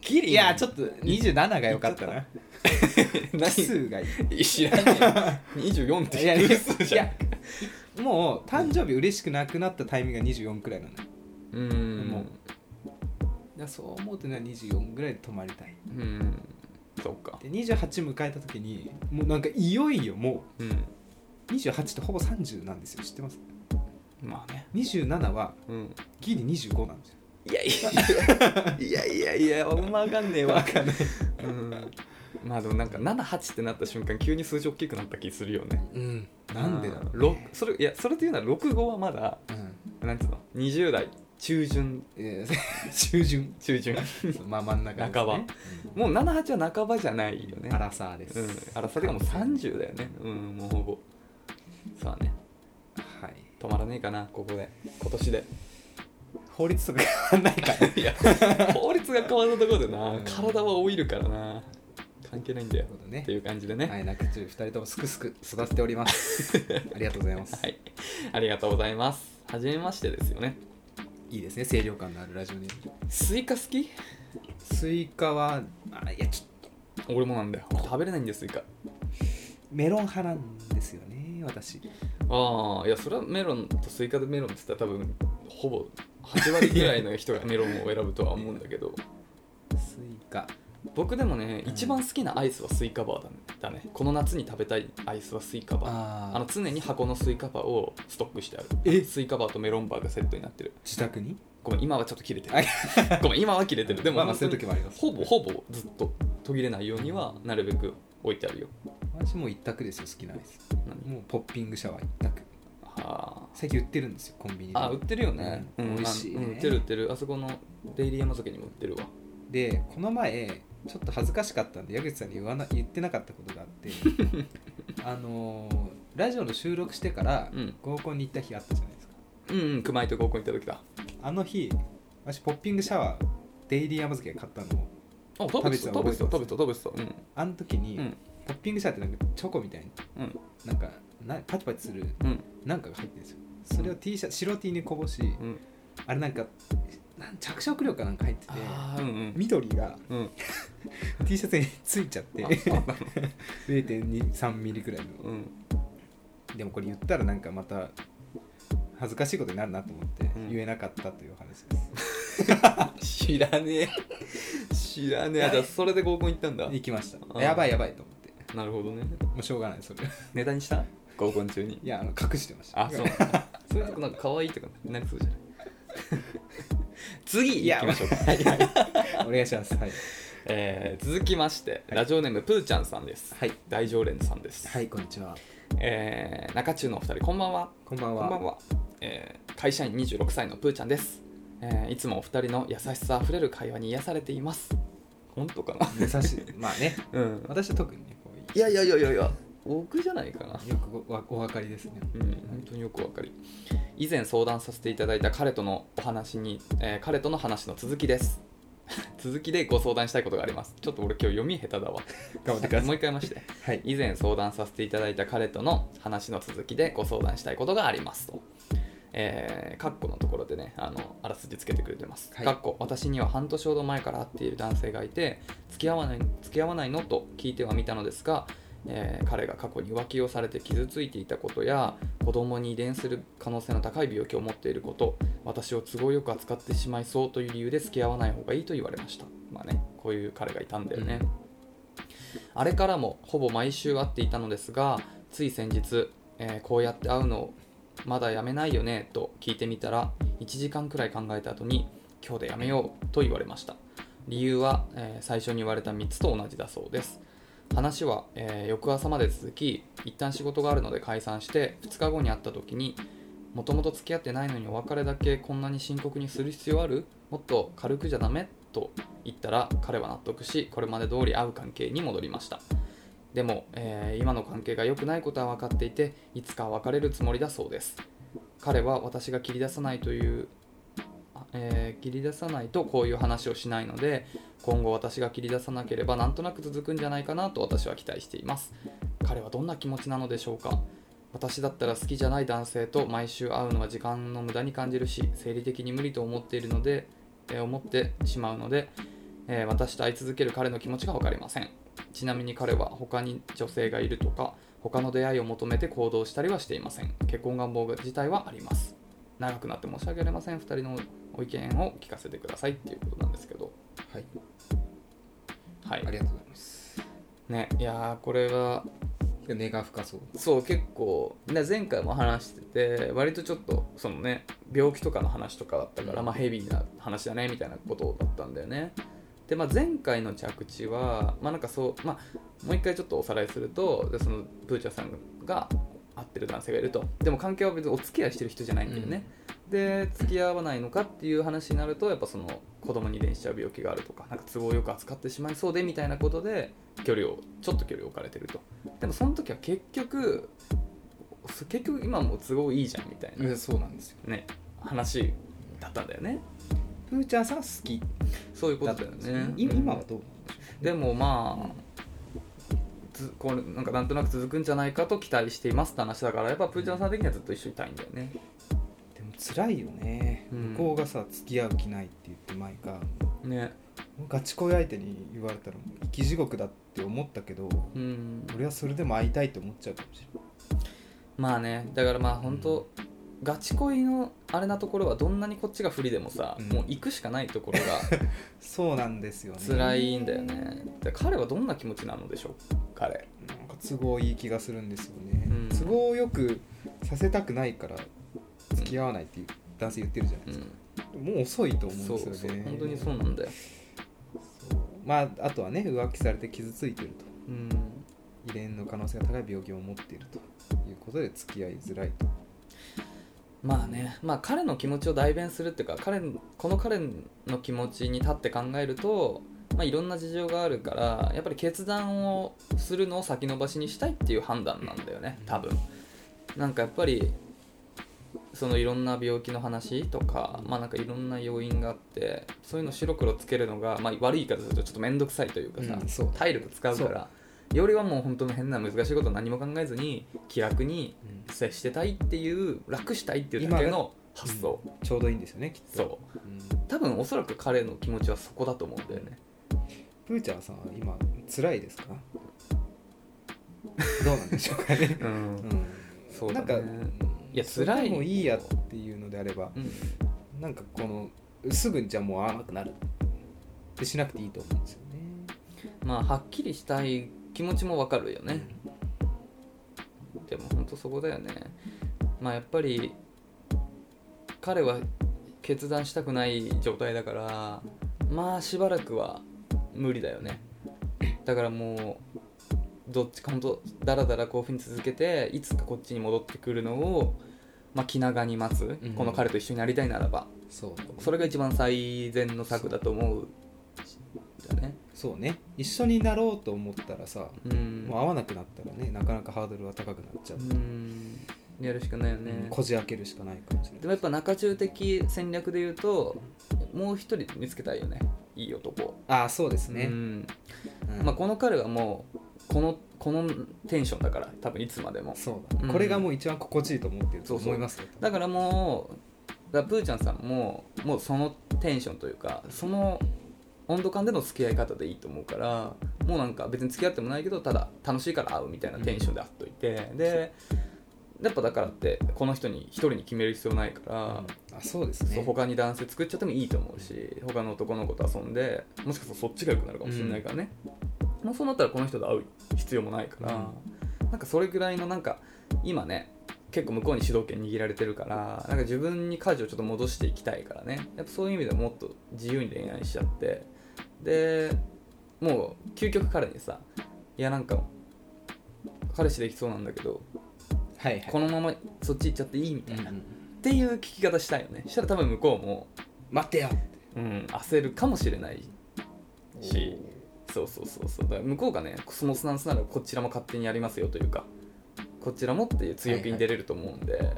Speaker 2: ギリ
Speaker 1: いやちょっと27が良かったな
Speaker 2: 何
Speaker 1: 奇数がいい
Speaker 2: 知ら ねえ24って
Speaker 1: いやいや
Speaker 2: 奇数じゃん
Speaker 1: いやもう誕生日嬉しくなくなったタイミングが24くらいなのよだか
Speaker 2: うん
Speaker 1: もらそう思うとね24ぐらいで止まりたい
Speaker 2: うんそうか
Speaker 1: で28迎えた時にもうなんかいよいよも
Speaker 2: うん
Speaker 1: う28ってほぼ30なんですよ知ってます
Speaker 2: まあね
Speaker 1: 27は
Speaker 2: うん
Speaker 1: ギリ25なんですよ
Speaker 2: いやいやいやいやいやほんまわかんねえわかんねえうんまあでもなんか78ってなった瞬間急に数字大きくなった気するよね
Speaker 1: うんなんでだろう、
Speaker 2: ろくそれいやそれというのは65はまだ
Speaker 1: うん
Speaker 2: なんつうの20代中旬
Speaker 1: えー中旬
Speaker 2: 中旬
Speaker 1: まあ真ん中です
Speaker 2: 半ば
Speaker 1: ね
Speaker 2: もう78は半ばじゃないよね
Speaker 1: アラサーです、
Speaker 2: うんあらそれがもう30だよねうんもうほぼそうだね
Speaker 1: はい
Speaker 2: 止まらねえかなここで今年 で
Speaker 1: 法律とか変わんないから
Speaker 2: いや法律が変わったところでな
Speaker 1: うん
Speaker 2: 体は老いるからな関係ないんだよ
Speaker 1: ということで
Speaker 2: って
Speaker 1: ね
Speaker 2: いう感じでね、
Speaker 1: はい中中2人ともすくすく育てております ありがとうございます、
Speaker 2: はい、ありがとうございますはじめましてですよね
Speaker 1: いいですね清涼感のあるラジオネーム
Speaker 2: スイカ好き
Speaker 1: スイカはあいやちょっと
Speaker 2: 俺もなんだよ食べれないんですスイカ
Speaker 1: メロン派なんですよね私
Speaker 2: ああいやそれはメロンとスイカでメロンって言ったら多分ほぼ8割ぐらいの人がメロンを選ぶとは思うんだけど
Speaker 1: スイカ
Speaker 2: 僕でもね、
Speaker 1: うん
Speaker 2: 一番好きなアイスはスイカバーだねだねこの夏に食べたいアイスはスイカバー
Speaker 1: あ
Speaker 2: あの常に箱のスイカバーをストックしてある
Speaker 1: え
Speaker 2: スイカバーとメロンバーがセットになってる
Speaker 1: 自宅に
Speaker 2: ごめん今はちょっと切れてるごめん今は切れてるでも、
Speaker 1: まあまあそういう時もあります
Speaker 2: ほぼほぼずっと途切れないようにはなるべく置いてあるよ
Speaker 1: 私もう一択ですよ好きなアイス
Speaker 2: 何
Speaker 1: もうポッピングシャワー一択
Speaker 2: は
Speaker 1: 最近売ってるんですよコンビニで
Speaker 2: ああ売ってるよね、
Speaker 1: うん
Speaker 2: うん
Speaker 1: 美味しいね
Speaker 2: あうん売ってる売ってるあそこのデイリー山崎にも売ってるわ
Speaker 1: で この前ちょっと恥ずかしかったんで矢口さんに言わな言ってなかったことがあってあのーラジオの収録してから
Speaker 2: うん
Speaker 1: 合コンに行った日あったじゃないですか
Speaker 2: うんうん熊井と合コン行った時だ
Speaker 1: あの日私ポッピングシャワーデイリー甘漬け買ったのを
Speaker 2: あ食べてた
Speaker 1: 食
Speaker 2: 食べ
Speaker 1: べ
Speaker 2: て
Speaker 1: て
Speaker 2: た
Speaker 1: た
Speaker 2: 食べてた食べてたうん
Speaker 1: あの時に、
Speaker 2: うん
Speaker 1: ポッピングシャワーってなんかチョコみたいに
Speaker 2: うん
Speaker 1: なんかなパチパチする
Speaker 2: うん
Speaker 1: なんかが入ってるんですよそれを T シャツ白 T にこぼし、
Speaker 2: うん
Speaker 1: あれなんかなん着色料かなんか入ってて
Speaker 2: あーうんうん
Speaker 1: 緑が
Speaker 2: うん
Speaker 1: T シャツについちゃって
Speaker 2: あそうなの
Speaker 1: 0.23ミリぐらいの
Speaker 2: うん
Speaker 1: でもこれ言ったらなんかまた恥ずかしいことになるなと思って
Speaker 2: うん
Speaker 1: 言えなかったという話です、
Speaker 2: 知らねえ知らねえあじゃあそれで合コン行ったんだ
Speaker 1: 行きまし
Speaker 2: あ
Speaker 1: たやばいやばいと思って
Speaker 2: なるほどね
Speaker 1: もうしょうがないそれ
Speaker 2: ネタにした合コン中に
Speaker 1: いやあの隠してました
Speaker 2: あ そうそういうとこなんか可愛いとかなりそうじゃない 次
Speaker 1: いや
Speaker 2: 行きましょうかはいはい
Speaker 1: お願いしますはい
Speaker 2: えー続きまして、ラジオネームプーちゃんさんです、
Speaker 1: はい、
Speaker 2: 大常連さんです、
Speaker 1: はいこんにちは
Speaker 2: えー中中のお二人こんばんは
Speaker 1: こんばん
Speaker 2: こ
Speaker 1: は
Speaker 2: んばんは、えー会社員26歳のプーちゃんです、えーいつもお二人の優しさあふれる会話に癒されています本当かな
Speaker 1: 優しいまあね
Speaker 2: うん
Speaker 1: 私は特にねこう
Speaker 2: いやいやいやいやいや僕じゃないかな
Speaker 1: よくごわお分かりですね
Speaker 2: うん、本当によくわかり以前相談させていただいた彼とのお話に、えー彼との話の続きです 続きでご相談したいことがありますちょっと俺今日読み下手 だわ
Speaker 1: 頑張ってくだ
Speaker 2: も
Speaker 1: さ
Speaker 2: う
Speaker 1: い
Speaker 2: 一回言いまして
Speaker 1: はい
Speaker 2: 以前相談させていただいた彼との話の続きでご相談したいことがありますと。えー、カッコのところでねあのあらすじつけてくれてます、
Speaker 1: はい
Speaker 2: カッコ私には半年ほど前から会っている男性がいて付き合わない付き合わないのと聞いてはみたのですが、えー彼が過去に浮気をされて傷ついていたことや子供に遺伝する可能性の高い病気を持っていること私を都合よく扱ってしまいそうという理由で付き合わない方がいいと言われましたまあねこういう彼がいたんだよね、
Speaker 1: うん
Speaker 2: あれからもほぼ毎週会っていたのですがつい先日、えーこうやって会うのまだやめないよねと聞いてみたら1時間くらい考えた後に今日でやめようと言われました理由は、えー最初に言われた3つと同じだそうです話は、えー翌朝まで続き一旦仕事があるので解散して2日後に会った時にもともと付き合ってないのにお別れだけこんなに深刻にする必要あるもっと軽くじゃダメと言ったら彼は納得しこれまで通り会う関係に戻りましたでも、えー今の関係が良くないことは分かっていていつかは別れるつもりだそうです彼は私が切り出さないという、あえー切り出さないとこういう話をしないので今後私が切り出さなければなんとなく続くんじゃないかなと私は期待しています彼はどんな気持ちなのでしょうか私だったら好きじゃない男性と毎週会うのは時間の無駄に感じるし生理的に無理と思っているので、えー思ってしまうので、えー私と会い続ける彼の気持ちが分かりませんちなみに彼は他に女性がいるとか他の出会いを求めて行動したりはしていません結婚願望自体はあります長くなって申し訳ありません2人のお意見を聞かせてくださいっていうことなんですけど
Speaker 1: はい
Speaker 2: はい
Speaker 1: ありがとうございます
Speaker 2: ねいやーこれは
Speaker 1: 根が深そう
Speaker 2: そう結構ね前回も話してて割とちょっとそのね病気とかの話とかだったから、
Speaker 1: うん
Speaker 2: まあヘビーな話だねみたいなことだったんだよねで、まあ、前回の着地はまあなんかそうまあもう一回ちょっとおさらいするとでそのプーチャーさんが会ってる男性がいるとでも関係は別にお付き合いしてる人じゃないんだよね、で付き合わないのかっていう話になるとやっぱその子供に遺伝しちゃう病気があるとかなんか都合よく扱ってしまいそうでみたいなことで距離をちょっと距離を置かれてるとでもその時は結局そ結局今もう都合いいじゃんみたいな、
Speaker 1: うんそうなんですよ
Speaker 2: ね話だったんだよね
Speaker 1: ふーちゃんさんは好き
Speaker 2: そういうこ
Speaker 1: だ
Speaker 2: と
Speaker 1: った
Speaker 2: だよ
Speaker 1: んですよね
Speaker 2: ね
Speaker 1: い今はどう
Speaker 2: でもまあつこれなんかなんとなく続くんじゃないかと期待していますって話だからやっぱプーちゃんさん的にはずっと一緒にいたいんだよね
Speaker 1: でも辛いよね、
Speaker 2: うん
Speaker 1: 向こうがさ付き合う気ないって言って前か
Speaker 2: ね
Speaker 1: ガチ恋相手に言われたらもう生き地獄だって思ったけど
Speaker 2: うん
Speaker 1: 俺はそれでも会いたいと思っちゃうかもしれ
Speaker 2: まあねだからまあ本当、ガチ恋のあれなところはどんなにこっちが不利でもさ、
Speaker 1: うん
Speaker 2: もう行くしかないところが
Speaker 1: ないそうなんですよね
Speaker 2: 辛いんだよねで彼はどんな気持ちなのでしょう彼
Speaker 1: なんか都合いい気がするんですよね、
Speaker 2: うん
Speaker 1: 都合よくさせたくないから付き合わないっていう男性言ってるじゃない
Speaker 2: うん
Speaker 1: もう遅いと思
Speaker 2: そううん
Speaker 1: です
Speaker 2: そ
Speaker 1: よ
Speaker 2: う
Speaker 1: ね
Speaker 2: 本当にそうなんだよ
Speaker 1: そうまああとはね浮気されて傷ついてると
Speaker 2: うん
Speaker 1: 遺伝の可能性が高い病気を持っているということで付き合いづらいと
Speaker 2: まあねまあ彼の気持ちを代弁するっていうか彼のこの彼の気持ちに立って考えるとまあ、いろんな事情があるからやっぱり決断をするのを先延ばしにしたいっていう判断なんだよね多分なんかやっぱりそのいろんな病気の話とか,、まあ、なんかいろんな要因があってそういうの白黒つけるのが、まあ、悪い言い方するとちょっと面倒くさいというかさ、
Speaker 1: うんそう
Speaker 2: 体力使うからよりはもう本当の変な難しいこと何も考えずに気楽に接してたいっていう楽したいっていうだけ
Speaker 1: 今
Speaker 2: の発想、
Speaker 1: ちょうどいいんですよねきっと
Speaker 2: そう
Speaker 1: うん、
Speaker 2: 多分おそらく彼の気持ちはそこだと思うんだよね、
Speaker 1: プーちゃんさんは今辛いですかどうなんでしょうかね
Speaker 2: うん
Speaker 1: うん、
Speaker 2: そう
Speaker 1: な
Speaker 2: だ
Speaker 1: んか、
Speaker 2: ねいや
Speaker 1: それ
Speaker 2: 辛い
Speaker 1: でもいいやっていうのであれば
Speaker 2: うん
Speaker 1: なんかこのすぐにじゃあもう会わなくなるってしなくていいと思うんですよね
Speaker 2: まあはっきりしたい気持ちもわかるよねでも本当そこだよねまあやっぱり彼は決断したくない状態だからまあしばらくは無理だよねだからもうどっちか本当だらだらこういうふうに続けていつかこっちに戻ってくるのをまあ気長に待つ、
Speaker 1: うん
Speaker 2: この彼と一緒になりたいならば
Speaker 1: そう
Speaker 2: それが一番最善の策だと思うだね
Speaker 1: そうね一緒になろうと思ったらさ、
Speaker 2: うん
Speaker 1: もう会わなくなったらねなかなかハードルは高くなっちゃう、
Speaker 2: うんやるしかないよね、
Speaker 1: こじ開けるしかないかもしれ
Speaker 2: で
Speaker 1: ない
Speaker 2: もやっぱ中中的戦略で言うともう一人見つけたいよねいい男
Speaker 1: ああそうです
Speaker 2: う
Speaker 1: ね、
Speaker 2: ん
Speaker 1: うん
Speaker 2: まあ、この彼はもうこのこのテンションだから多分いつまでも
Speaker 1: そうだ、
Speaker 2: うん
Speaker 1: これがもう一番心地いいと思ってると
Speaker 2: そうそう
Speaker 1: 思いますよ
Speaker 2: だからもうだからプーちゃんさんももうそのテンションというかその温度感での付き合い方でいいと思うからもうなんか別に付き合ってもないけどただ楽しいから会うみたいなテンションで会っといて、でやっぱだからってこの人に一人に決める必要ないから、
Speaker 1: うんあそうです
Speaker 2: そう
Speaker 1: ね
Speaker 2: 他に男性作っちゃってもいいと思うし他の男の子と遊んでもしかしたらそっちが良くなるかもしれないからね、もうそうなったらこの人と会う必要もないから、なんかそれぐらいのなんか今ね結構向こうに主導権握られてるからなんか自分に舵をちょっと戻していきたいからねやっぱそういう意味ではもっと自由に恋愛しちゃってでもう究極彼にさいやなんか彼氏できそうなんだけど
Speaker 1: はいはい
Speaker 2: このままそっち行っちゃっていいみた
Speaker 1: う
Speaker 2: いな、っ
Speaker 1: ん
Speaker 2: ていう聞き方したいよねしたら多分向こうも
Speaker 1: 待ってよ
Speaker 2: うん、焦るかもしれないしそうそうそうそうだから向こうがねそのスタンスならこちらも勝手にやりますよというかこちらもっていう強気に出れると思うんで、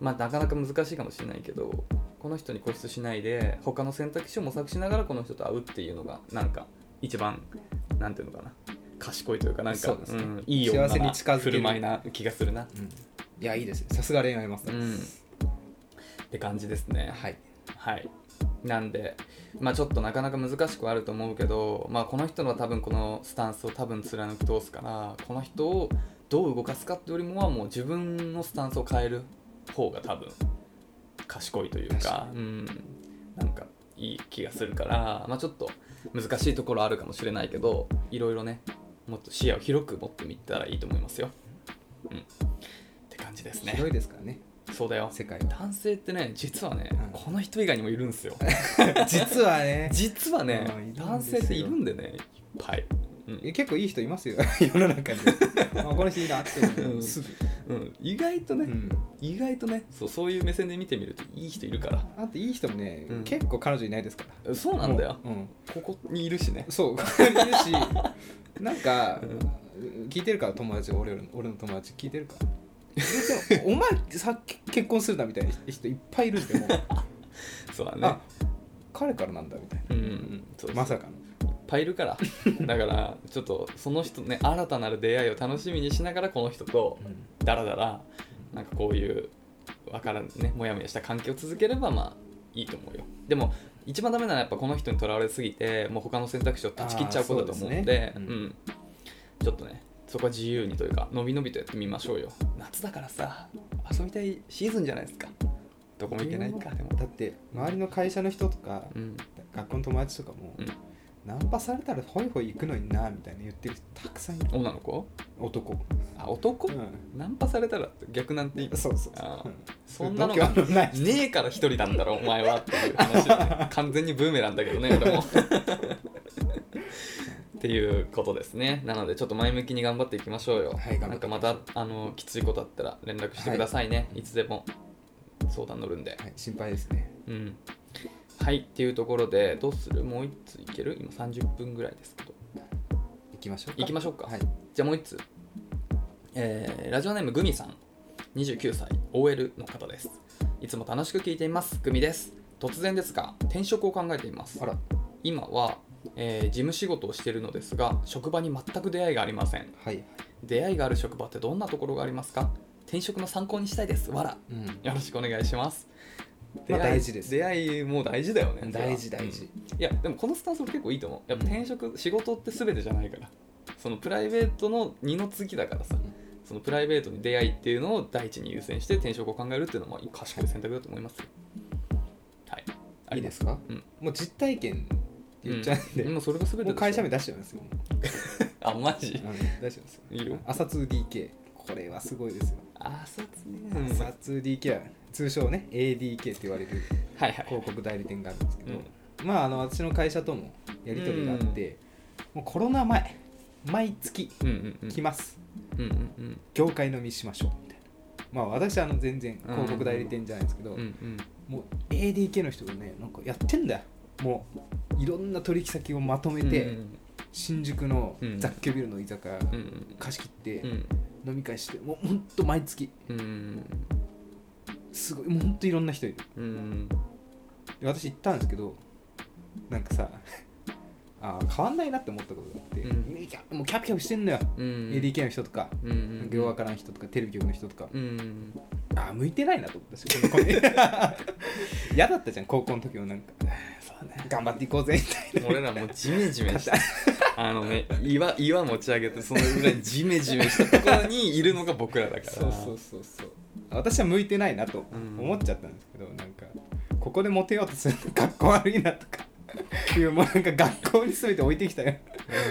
Speaker 2: まあなかなか難しいかもしれないけどこの人に固執しないで他の選択肢を模索しながらこの人と会うっていうのがなんか一番なんていうのかな賢いというかなんか
Speaker 1: そうですね
Speaker 2: ん、いい女な
Speaker 1: 幸せに近づける
Speaker 2: 振る舞いな気がするなっ
Speaker 1: うんいやいいですねさすが恋愛マスターです、
Speaker 2: て感じですね。
Speaker 1: はい
Speaker 2: はい、なんで、まあ、ちょっとなかなか難しくはあると思うけど、まあ、この人のは多分このスタンスを多分貫き通すからこの人をどう動かすかってよりもはもう自分のスタンスを変える方が多分賢いというか
Speaker 1: 確か
Speaker 2: うん、なんかいい気がするから、まあ、ちょっと難しいところあるかもしれないけどいろいろねもっと視野を広く持ってみたらいいと思いますよ。うん、って感じですね
Speaker 1: 広。いですからね
Speaker 2: そうだよ
Speaker 1: 世界は
Speaker 2: 男性ってね実はね、
Speaker 1: うん
Speaker 2: この人以外にもいるんで すよ
Speaker 1: 実はね
Speaker 2: 実はね
Speaker 1: うんいるんですよ
Speaker 2: 男性っているんでねいっぱい、うん
Speaker 1: え結構いい人いますよ 世の 中にあこの人いいなって
Speaker 2: うん
Speaker 1: すぐ、
Speaker 2: うん意外とね、
Speaker 1: うん
Speaker 2: 意外とねそうそういう目線で見てみるといい人いるか
Speaker 1: あといい人もね、
Speaker 2: うん
Speaker 1: 結構彼女いないですから
Speaker 2: そうなんだよ
Speaker 1: もううん
Speaker 2: ここにいるしね
Speaker 1: そうこ こにいるしなんか、聞いてるから友達俺俺の友達聞いてるから でもお前さ結婚するなみたいな人いっぱいいるんでもう
Speaker 2: そうだね
Speaker 1: あ彼からなんだみたいな、
Speaker 2: うん
Speaker 1: そ
Speaker 2: そうう
Speaker 1: まさかの
Speaker 2: いっぱいいるからだからちょっとその人ね新たなる出会いを楽しみにしながらこの人とダラダラなんかこういうわからんねモヤモヤした関係を続ければまあいいと思うよでも一番ダメなのはやっぱこの人にとらわれすぎてもう他の選択肢を断ち切っちゃうことだと思うんで
Speaker 1: あーそううですねうん
Speaker 2: ん、ちょっとねそこは自由にというかのびのびとやってみましょうよ夏だからさ遊びたいシーズンじゃないですかどこも行けないかでも
Speaker 1: だって周りの会社の人とか、
Speaker 2: うん
Speaker 1: 学校の友達とかも、
Speaker 2: うん
Speaker 1: ナンパされたらホイホイ行くのになみたいな言ってる人たくさんいる
Speaker 2: 女の子
Speaker 1: 男、
Speaker 2: あ男、
Speaker 1: うん
Speaker 2: ナンパされたらって逆なんて言います
Speaker 1: そうそう
Speaker 2: あ
Speaker 1: う
Speaker 2: ー
Speaker 1: ん
Speaker 2: そんなの
Speaker 1: 度
Speaker 2: が
Speaker 1: 胸のない人
Speaker 2: ねえから一人なんだろお前はっていう話だね完全にブーメランだけどね俺 もっていうことですねなのでちょっと前向きに頑張っていきましょうよ、
Speaker 1: はい頑張
Speaker 2: な
Speaker 1: っ
Speaker 2: ん
Speaker 1: て
Speaker 2: かまたあのきついことあったら連絡してくださいね、い、つでも相談乗るんで、
Speaker 1: はい、心配ですね
Speaker 2: うんはいっていうところでどうするもう1ついける今30分ぐらいですけど
Speaker 1: 行きましょうか
Speaker 2: いきましょうか
Speaker 1: はい
Speaker 2: じゃあもう1つ、えーラジオネームグミさん29歳 OL の方ですいつも楽しく聞いていますグミです突然ですが転職を考えています
Speaker 1: あら
Speaker 2: 今は、えー事務仕事をしているのですが職場に全く出会いがありません
Speaker 1: はい
Speaker 2: 出会いがある職場ってどんなところがありますか転職の参考にしたいですわら
Speaker 1: うん
Speaker 2: よろしくお願いします
Speaker 1: まあ
Speaker 2: 出会い
Speaker 1: 大事です
Speaker 2: 出会いも大事だよね
Speaker 1: 大事
Speaker 2: それは
Speaker 1: 大事
Speaker 2: うんいやでもこのスタンスも結構いいと思うやっぱ転職、仕事って全てじゃないからそのプライベートの二の次だからさ
Speaker 1: ん
Speaker 2: そのプライベートに出会いっていうのを第一に優先して転職を考えるっていうのもいい賢い選択だと思いますよはい
Speaker 1: いいですか
Speaker 2: うん
Speaker 1: もう実体験って言っちゃうんで
Speaker 2: うもうそれが全 てでし
Speaker 1: も
Speaker 2: ょ
Speaker 1: う会社名出しちゃいますよ
Speaker 2: あマジ
Speaker 1: うん出しちゃいますよ
Speaker 2: いいよ
Speaker 1: 朝 2DK これはすごいですよ
Speaker 2: あそうですね
Speaker 1: 朝 2DK は通称ね ADK って言われる
Speaker 2: はいはい
Speaker 1: 広告代理店があるんですけど、まああの私の会社ともやり取りがあって、もうコロナ前毎月
Speaker 2: うんうんうん
Speaker 1: 来ます、
Speaker 2: うんうん
Speaker 1: 業界飲みしましょうみたいなまあ私あの全然
Speaker 2: うん
Speaker 1: 広告代理店じゃないんですけど、
Speaker 2: うんうん
Speaker 1: もう ADK の人がねなんかやってんだよもういろんな取引先をまとめて、
Speaker 2: うん
Speaker 1: 新宿の
Speaker 2: うん
Speaker 1: 雑居ビルの居酒屋
Speaker 2: うんうん
Speaker 1: 貸し切って
Speaker 2: うん
Speaker 1: 飲み会して、もうほんと毎月
Speaker 2: うん
Speaker 1: すごいもうほんといろんな人いる
Speaker 2: うん
Speaker 1: で私行ったんですけどなんかさあー変わんないなって思ったことがあって、
Speaker 2: うん
Speaker 1: いやもうキャピキャピしてんのよ、
Speaker 2: うん、
Speaker 1: ADK の人とか、
Speaker 2: うんうん、
Speaker 1: 業界からの人とかテレビ局の人とか、
Speaker 2: うん
Speaker 1: あー向いてないなと思ったしこ の子に嫌だったじゃん高校の時もなんか
Speaker 2: そうね
Speaker 1: 頑張っていこうぜみたい
Speaker 2: 俺らもうジメジメしたあのね岩岩持ち上げてそのぐらいジメジメしたところにいるのが僕らだから
Speaker 1: なそうそうそうそう私は向いてないなと
Speaker 2: うん
Speaker 1: 思っちゃったんですけど、なんかここでモテようとするの格好悪いなとかいうもうなんか学校に全て置いてきたよ、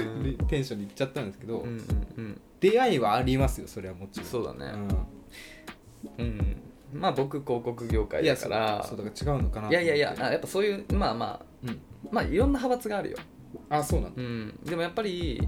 Speaker 2: うんうん
Speaker 1: テンションに行っちゃったんですけど、
Speaker 2: うんうん
Speaker 1: 出会いはありますよそれはもちろん
Speaker 2: そうだね
Speaker 1: う
Speaker 2: うん、まあ僕広告業
Speaker 1: ん、
Speaker 2: 界
Speaker 1: いや
Speaker 2: だ
Speaker 1: そ
Speaker 2: か
Speaker 1: う
Speaker 2: ら
Speaker 1: そうだから違うのかない
Speaker 2: いやいやいやあやっぱそういうまあま
Speaker 1: うん、
Speaker 2: あまあいろんな派閥があるよ
Speaker 1: あそうなんだ
Speaker 2: うん、でもやっぱり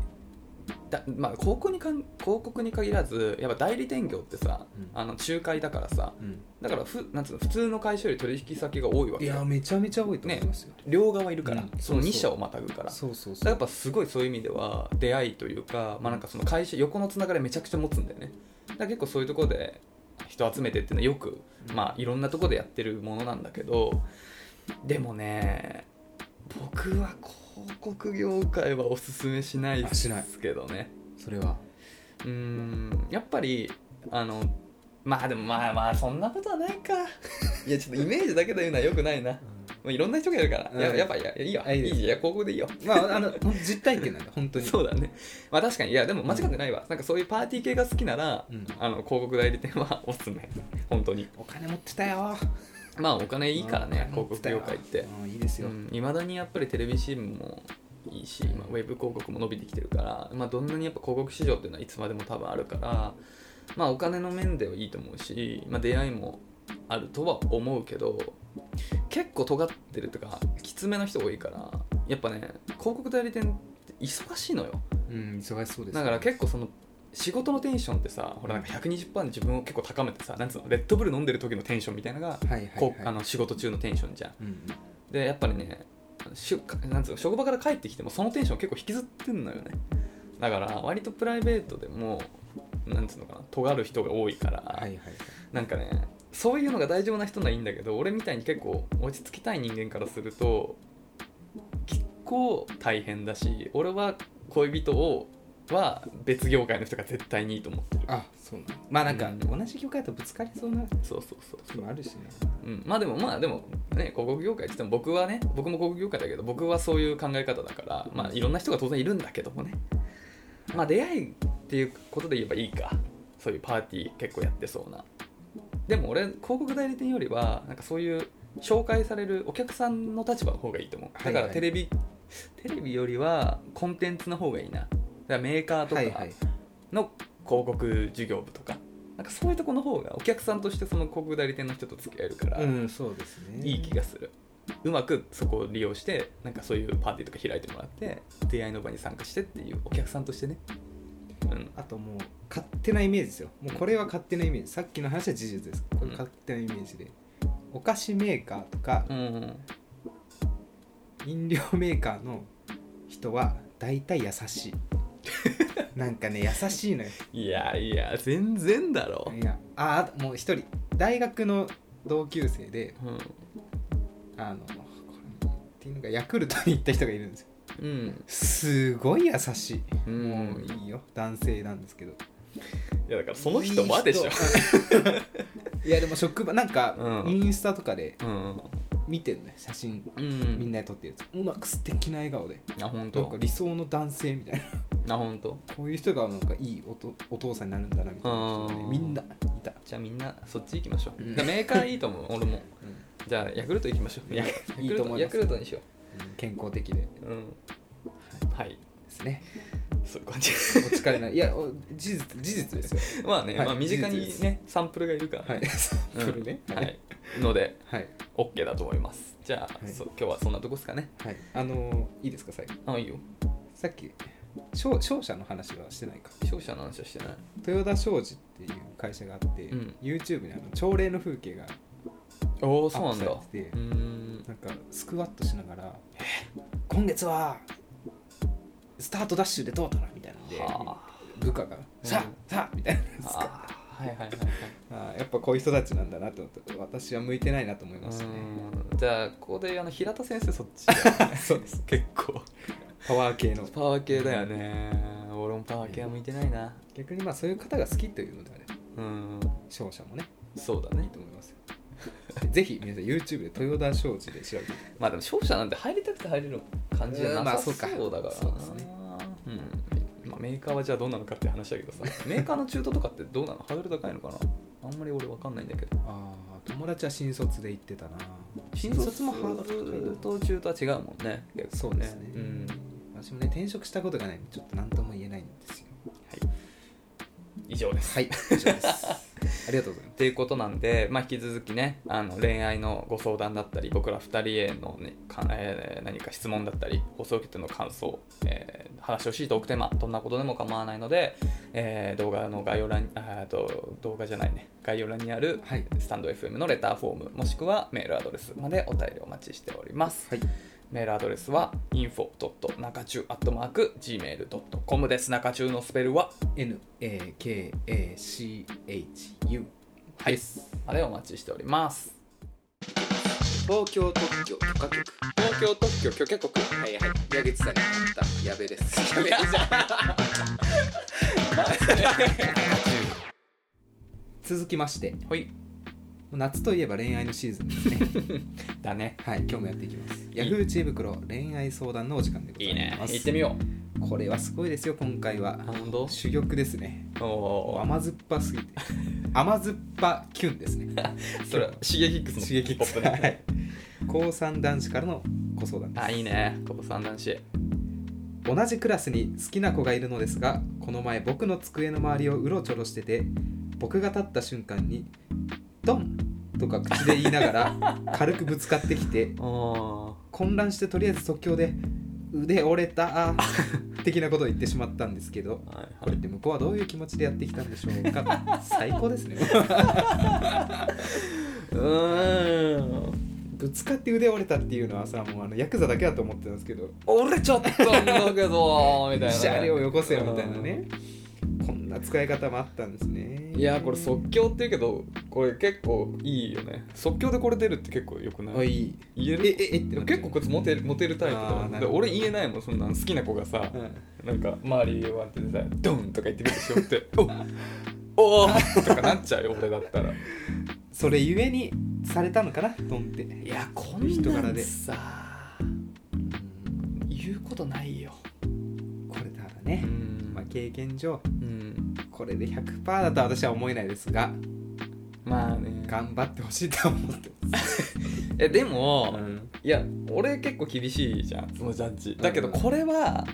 Speaker 2: だ、まあ、広告にかん広告に限らずやっぱ代理店業ってさ、
Speaker 1: うん
Speaker 2: あの仲介だからさ
Speaker 1: うん、
Speaker 2: だからふなんつうの普通の会社より取引先が多いわ
Speaker 1: い
Speaker 2: け
Speaker 1: や
Speaker 2: よ
Speaker 1: めちゃめちゃ多いと思いますよ、
Speaker 2: 両側いるから、
Speaker 1: うん
Speaker 2: そ
Speaker 1: そう
Speaker 2: の
Speaker 1: そう
Speaker 2: 2社をまたぐからだか
Speaker 1: そうそう
Speaker 2: ら
Speaker 1: そう
Speaker 2: やっぱすごいそういう意味では出会いというか,、まあ、なんかその会社横のつながりめちゃくちゃ持つんだよねだから結構そういうところで人集めてっていうのはよく、
Speaker 1: うん
Speaker 2: まあ、いろんなところでやってるものなんだけどでもね僕は広告業界はおすすめしないで
Speaker 1: あしない
Speaker 2: すけどね
Speaker 1: それは
Speaker 2: うーんやっぱりあのまあでもまあまあそんなことはないかいやちょっとイメージだけで言うのはよくないな、まあ、いろんな人がいるから、
Speaker 1: うん
Speaker 2: ややっぱいやいいよ
Speaker 1: あいい
Speaker 2: い
Speaker 1: で
Speaker 2: い
Speaker 1: す
Speaker 2: じゃんいや広告でいいよ
Speaker 1: まああのほんと実体験なんだ本当に
Speaker 2: そうだねまあ確かにいやでも間違ってないわ、なんかそういうパーティー系が好きなら、
Speaker 1: うん
Speaker 2: あの広告代理店は おすすめ本当に
Speaker 1: お金持ってたよ
Speaker 2: まあお金いいからね、
Speaker 1: うん
Speaker 2: 広告業界って
Speaker 1: うんいいですよ、
Speaker 2: いま、未だにやっぱりテレビ CM もいいし、まあ、ウェブ広告も伸びてきてるから、まあ、どんなにやっぱ広告市場っていうのはいつまでも多分あるから、まあ、お金の面ではいいと思うし、まあ、出会いもあるとは思うけど結構尖ってるとかきつめの人多いからやっぱね広告代理店って忙しいのよ
Speaker 1: うん忙しそうです
Speaker 2: だから結構その仕事のテンションってさほらなんか120%で自分を結構高めてさなんつうのレッドブル飲んでる時のテンションみたいなのが、
Speaker 1: はいはいはい
Speaker 2: こうあの仕事中のテンションじゃん
Speaker 1: うん
Speaker 2: でやっぱりねしなんつうの職場から帰ってきてもそのテンション結構引きずってんのよねだから割とプライベートでもなんつうのかな尖る人が多いから、
Speaker 1: はいはいはい
Speaker 2: なんかねそういうのが大丈夫な人ならいいんだけど俺みたいに結構落ち着きたい人間からすると結構大変だし俺は恋人をは別業界の人が絶対にいいと思ってる
Speaker 1: あそうなんだまあなんか、
Speaker 2: うん
Speaker 1: 同じ業界だとぶつかりそうな時
Speaker 2: そうそうそう
Speaker 1: もあるしね
Speaker 2: うん、まあでもまあでもね広告業界って言っても僕はね僕も広告業界だけど僕はそういう考え方だからまあいろんな人が当然いるんだけどもねまあ出会いっていうことで言えばいいかそういうパーティー結構やってそうなでも俺広告代理店よりはなんかそういう紹介されるお客さんの立場の方がいいと思うだか
Speaker 1: はい
Speaker 2: ら
Speaker 1: はい
Speaker 2: テレビ、テレビよりはコンテンツの方がいいなだからメーカーとか、
Speaker 1: はいはい
Speaker 2: の広告事業部とかなんかそういうとこの方がお客さんとしてその広告代理店の人と付き合えるから、
Speaker 1: うんそうですね
Speaker 2: いい気がするうまくそこを利用してなんかそういうパーティーとか開いてもらって出会いの場に参加してっていうお客さんとしてねうん
Speaker 1: あともう勝手なイメージですよもうこれは勝手なイメージさっきの話は事実ですこれ勝手なイメージでお菓子メーカーとか
Speaker 2: うん
Speaker 1: 飲料メーカーの人は大体優 しいなんかね優しいのよ
Speaker 2: いやいや全然だろ
Speaker 1: いやああともう一人大学の同級生で
Speaker 2: う
Speaker 1: あのこれっていうのがヤクルトに行った人がいるんですよ
Speaker 2: ん、
Speaker 1: すごい優しい、
Speaker 2: うん
Speaker 1: もういいよ男性なんですけど
Speaker 2: いやだからその人はでしょ
Speaker 1: いい人 いやでも職場なんか、
Speaker 2: うん
Speaker 1: インスタとかで
Speaker 2: うん
Speaker 1: 見てるね写真
Speaker 2: う
Speaker 1: みん
Speaker 2: ん
Speaker 1: なで撮ってるやつうまく素敵な笑顔で
Speaker 2: あ本
Speaker 1: なんか
Speaker 2: 当
Speaker 1: 理想の男性みたいな
Speaker 2: あ本当
Speaker 1: こういう人がなんかいいおとお父さんになるんだなみたいな人がね
Speaker 2: あー
Speaker 1: みんないた、
Speaker 2: じゃあみんなそっち行きましょう、
Speaker 1: うん
Speaker 2: だからメーカーいいと思う俺もじゃあヤクルト行きましょう
Speaker 1: いや
Speaker 2: ヤ
Speaker 1: いいと思います
Speaker 2: ヤクルトヤクルトにしよ
Speaker 1: 健康的で
Speaker 2: ううんはい
Speaker 1: ですね
Speaker 2: そういう感じ
Speaker 1: お疲れないいやお事実事実ですよ
Speaker 2: まあね、
Speaker 1: はい
Speaker 2: まあ身近
Speaker 1: 事実
Speaker 2: にねサンプルがいるから、
Speaker 1: はい
Speaker 2: う
Speaker 1: 来
Speaker 2: ん
Speaker 1: るね
Speaker 2: は
Speaker 1: はい
Speaker 2: い、ので
Speaker 1: はい
Speaker 2: OK だと思いますじゃあ、
Speaker 1: はい
Speaker 2: そう今日はそんなとこですかね
Speaker 1: はいあのーいいですか最後
Speaker 2: あいいよ
Speaker 1: さっき商商社の話はしてないか
Speaker 2: 勝者の話はしてない
Speaker 1: 豊田商事っていう会社があって、
Speaker 2: うん
Speaker 1: YouTube にあの朝礼の風景が
Speaker 2: おおそうなんだ
Speaker 1: ア
Speaker 2: う
Speaker 1: ップされてて
Speaker 2: ーん
Speaker 1: なんかスクワットしながら「今月はスタートダッシュでどうだな」みたいなんで
Speaker 2: は
Speaker 1: 部下が「さあ、
Speaker 2: うん
Speaker 1: さあ!」みたいな
Speaker 2: あ
Speaker 1: ですか
Speaker 2: あーはいはいはいはい
Speaker 1: あーやっぱこういう人たちなんだなと思って私は向いてないなと思いうましたね
Speaker 2: ーんじゃあここであの平田先 生そっちだね
Speaker 1: そうです
Speaker 2: 結構
Speaker 1: パワー系の
Speaker 2: パワー系だよね俺もパワー系は向いてないな
Speaker 1: 逆にまあそういう方が好きというのであれ
Speaker 2: うーん
Speaker 1: 商社もね
Speaker 2: そうだ
Speaker 1: いい
Speaker 2: ね
Speaker 1: と思います よぜひ皆さん YouTube で豊田商事で調べて
Speaker 2: まあでも勝者なんて入りたくて入れる感じじゃ
Speaker 1: うんま
Speaker 2: な
Speaker 1: あ
Speaker 2: さ
Speaker 1: そうか
Speaker 2: そうだからな
Speaker 1: そうですね
Speaker 2: うんまあメーカーはじゃあどうなのかって話だけどさメーカーの中途とかってどうなのハードル高いのかなあんまり俺わかんないんだけど
Speaker 1: ああ友達は新卒で行ってたな
Speaker 2: 新卒もハードルと中途は違うもんね結構
Speaker 1: そうですね
Speaker 2: うん
Speaker 1: 私もね転職したことがないんでちょっと何とも言えないんですよ
Speaker 2: 以上です
Speaker 1: はい以上ですありがとうございま
Speaker 2: っていうことなんで、まあ、引き続きねあの恋愛のご相談だったり僕ら2人への、ねかえー何か質問だったり放送局の感想、えー話してほしいトークテーマどんなことでも構わないので、えー動画の概要欄にあーと動画じゃないね概要欄にある
Speaker 1: すはい
Speaker 2: スタンド FM のレターフォームもしくはメールアドレスまでお便りお待ちしております、
Speaker 1: はい
Speaker 2: メールアドレスは info.nakachu.gmail.com です中中のスペルは
Speaker 1: NAKACHU
Speaker 2: はいまでお待ちしております
Speaker 3: 東京特許許可局
Speaker 2: 東京特許許可局
Speaker 3: はいはい矢口さんに会ったやべです
Speaker 2: やべえじゃん
Speaker 1: 続きましても
Speaker 2: ほいう
Speaker 1: 夏といえば恋愛のシーズンですね
Speaker 2: だね
Speaker 1: はい今日もやっていきますヤフー知恵袋恋愛相談のお時間でござ
Speaker 2: い
Speaker 1: い
Speaker 2: いね
Speaker 1: ます
Speaker 2: 行ってみよ
Speaker 1: これはすごいですよ今回は
Speaker 2: う本当
Speaker 1: 珠玉ですね
Speaker 2: お
Speaker 1: もう
Speaker 2: お
Speaker 1: 甘酸っぱすぎ て甘酸っぱキュンですね
Speaker 2: ーそれシゲキックスの
Speaker 1: 刺激
Speaker 2: ポップね
Speaker 1: はい高三男子からのご相談です
Speaker 2: あいいねここ三男子
Speaker 1: 同じクラスに好きな子がいるのですがこの前僕の机の周りをうろちょろしてて僕が立った瞬間に「ドン!」とか口で言いながら軽くぶつかってきて
Speaker 2: お
Speaker 1: 混乱してとりあえず即興で「腕折れた!」 的なことを言ってしまったんですけど
Speaker 2: ーはい
Speaker 1: これって向こうはどういう気持ちでやってきたんでしょうか最高ですね
Speaker 2: うーん
Speaker 1: ぶつかって腕折れたっていうのはさもうあのヤクザだけだと思ってたんですけど
Speaker 2: 折れちゃったんだけ どみたいなね
Speaker 1: シャレをよこせよみたいなねこんな使い方もあったんですね
Speaker 2: いやこれ即興って言うけどこれ結構いいよね即興でこれ出るって結構よくな
Speaker 1: あ
Speaker 2: い
Speaker 1: いい
Speaker 2: 言え
Speaker 1: え
Speaker 2: る
Speaker 1: ええってなっちゃう
Speaker 2: 結構こいつモテるモテるタイプだ
Speaker 1: あ
Speaker 2: わ
Speaker 1: ーな
Speaker 2: で
Speaker 1: るほど
Speaker 2: 俺言えないもんそんなん好きな子がさ、
Speaker 1: うん
Speaker 2: なんか周りをあってさ「ドン!」とか言ってくるでしょ って「おおーとかなっちゃうよ俺だったらい
Speaker 1: それゆえにされたのかなドンって
Speaker 2: やこ
Speaker 1: んなん
Speaker 2: さ言うことないよ
Speaker 1: これただ
Speaker 2: う
Speaker 1: ね、
Speaker 2: ん
Speaker 1: まあ、
Speaker 2: ま
Speaker 1: 経験上
Speaker 2: うん、
Speaker 1: これで100%だとは私は思えないですが
Speaker 2: まあね
Speaker 1: 頑張ってほしいとは思ってます、
Speaker 2: えでも、
Speaker 1: ん、
Speaker 2: いや俺結構厳しいじゃんそのジャッジ
Speaker 1: ん
Speaker 2: だけどこれは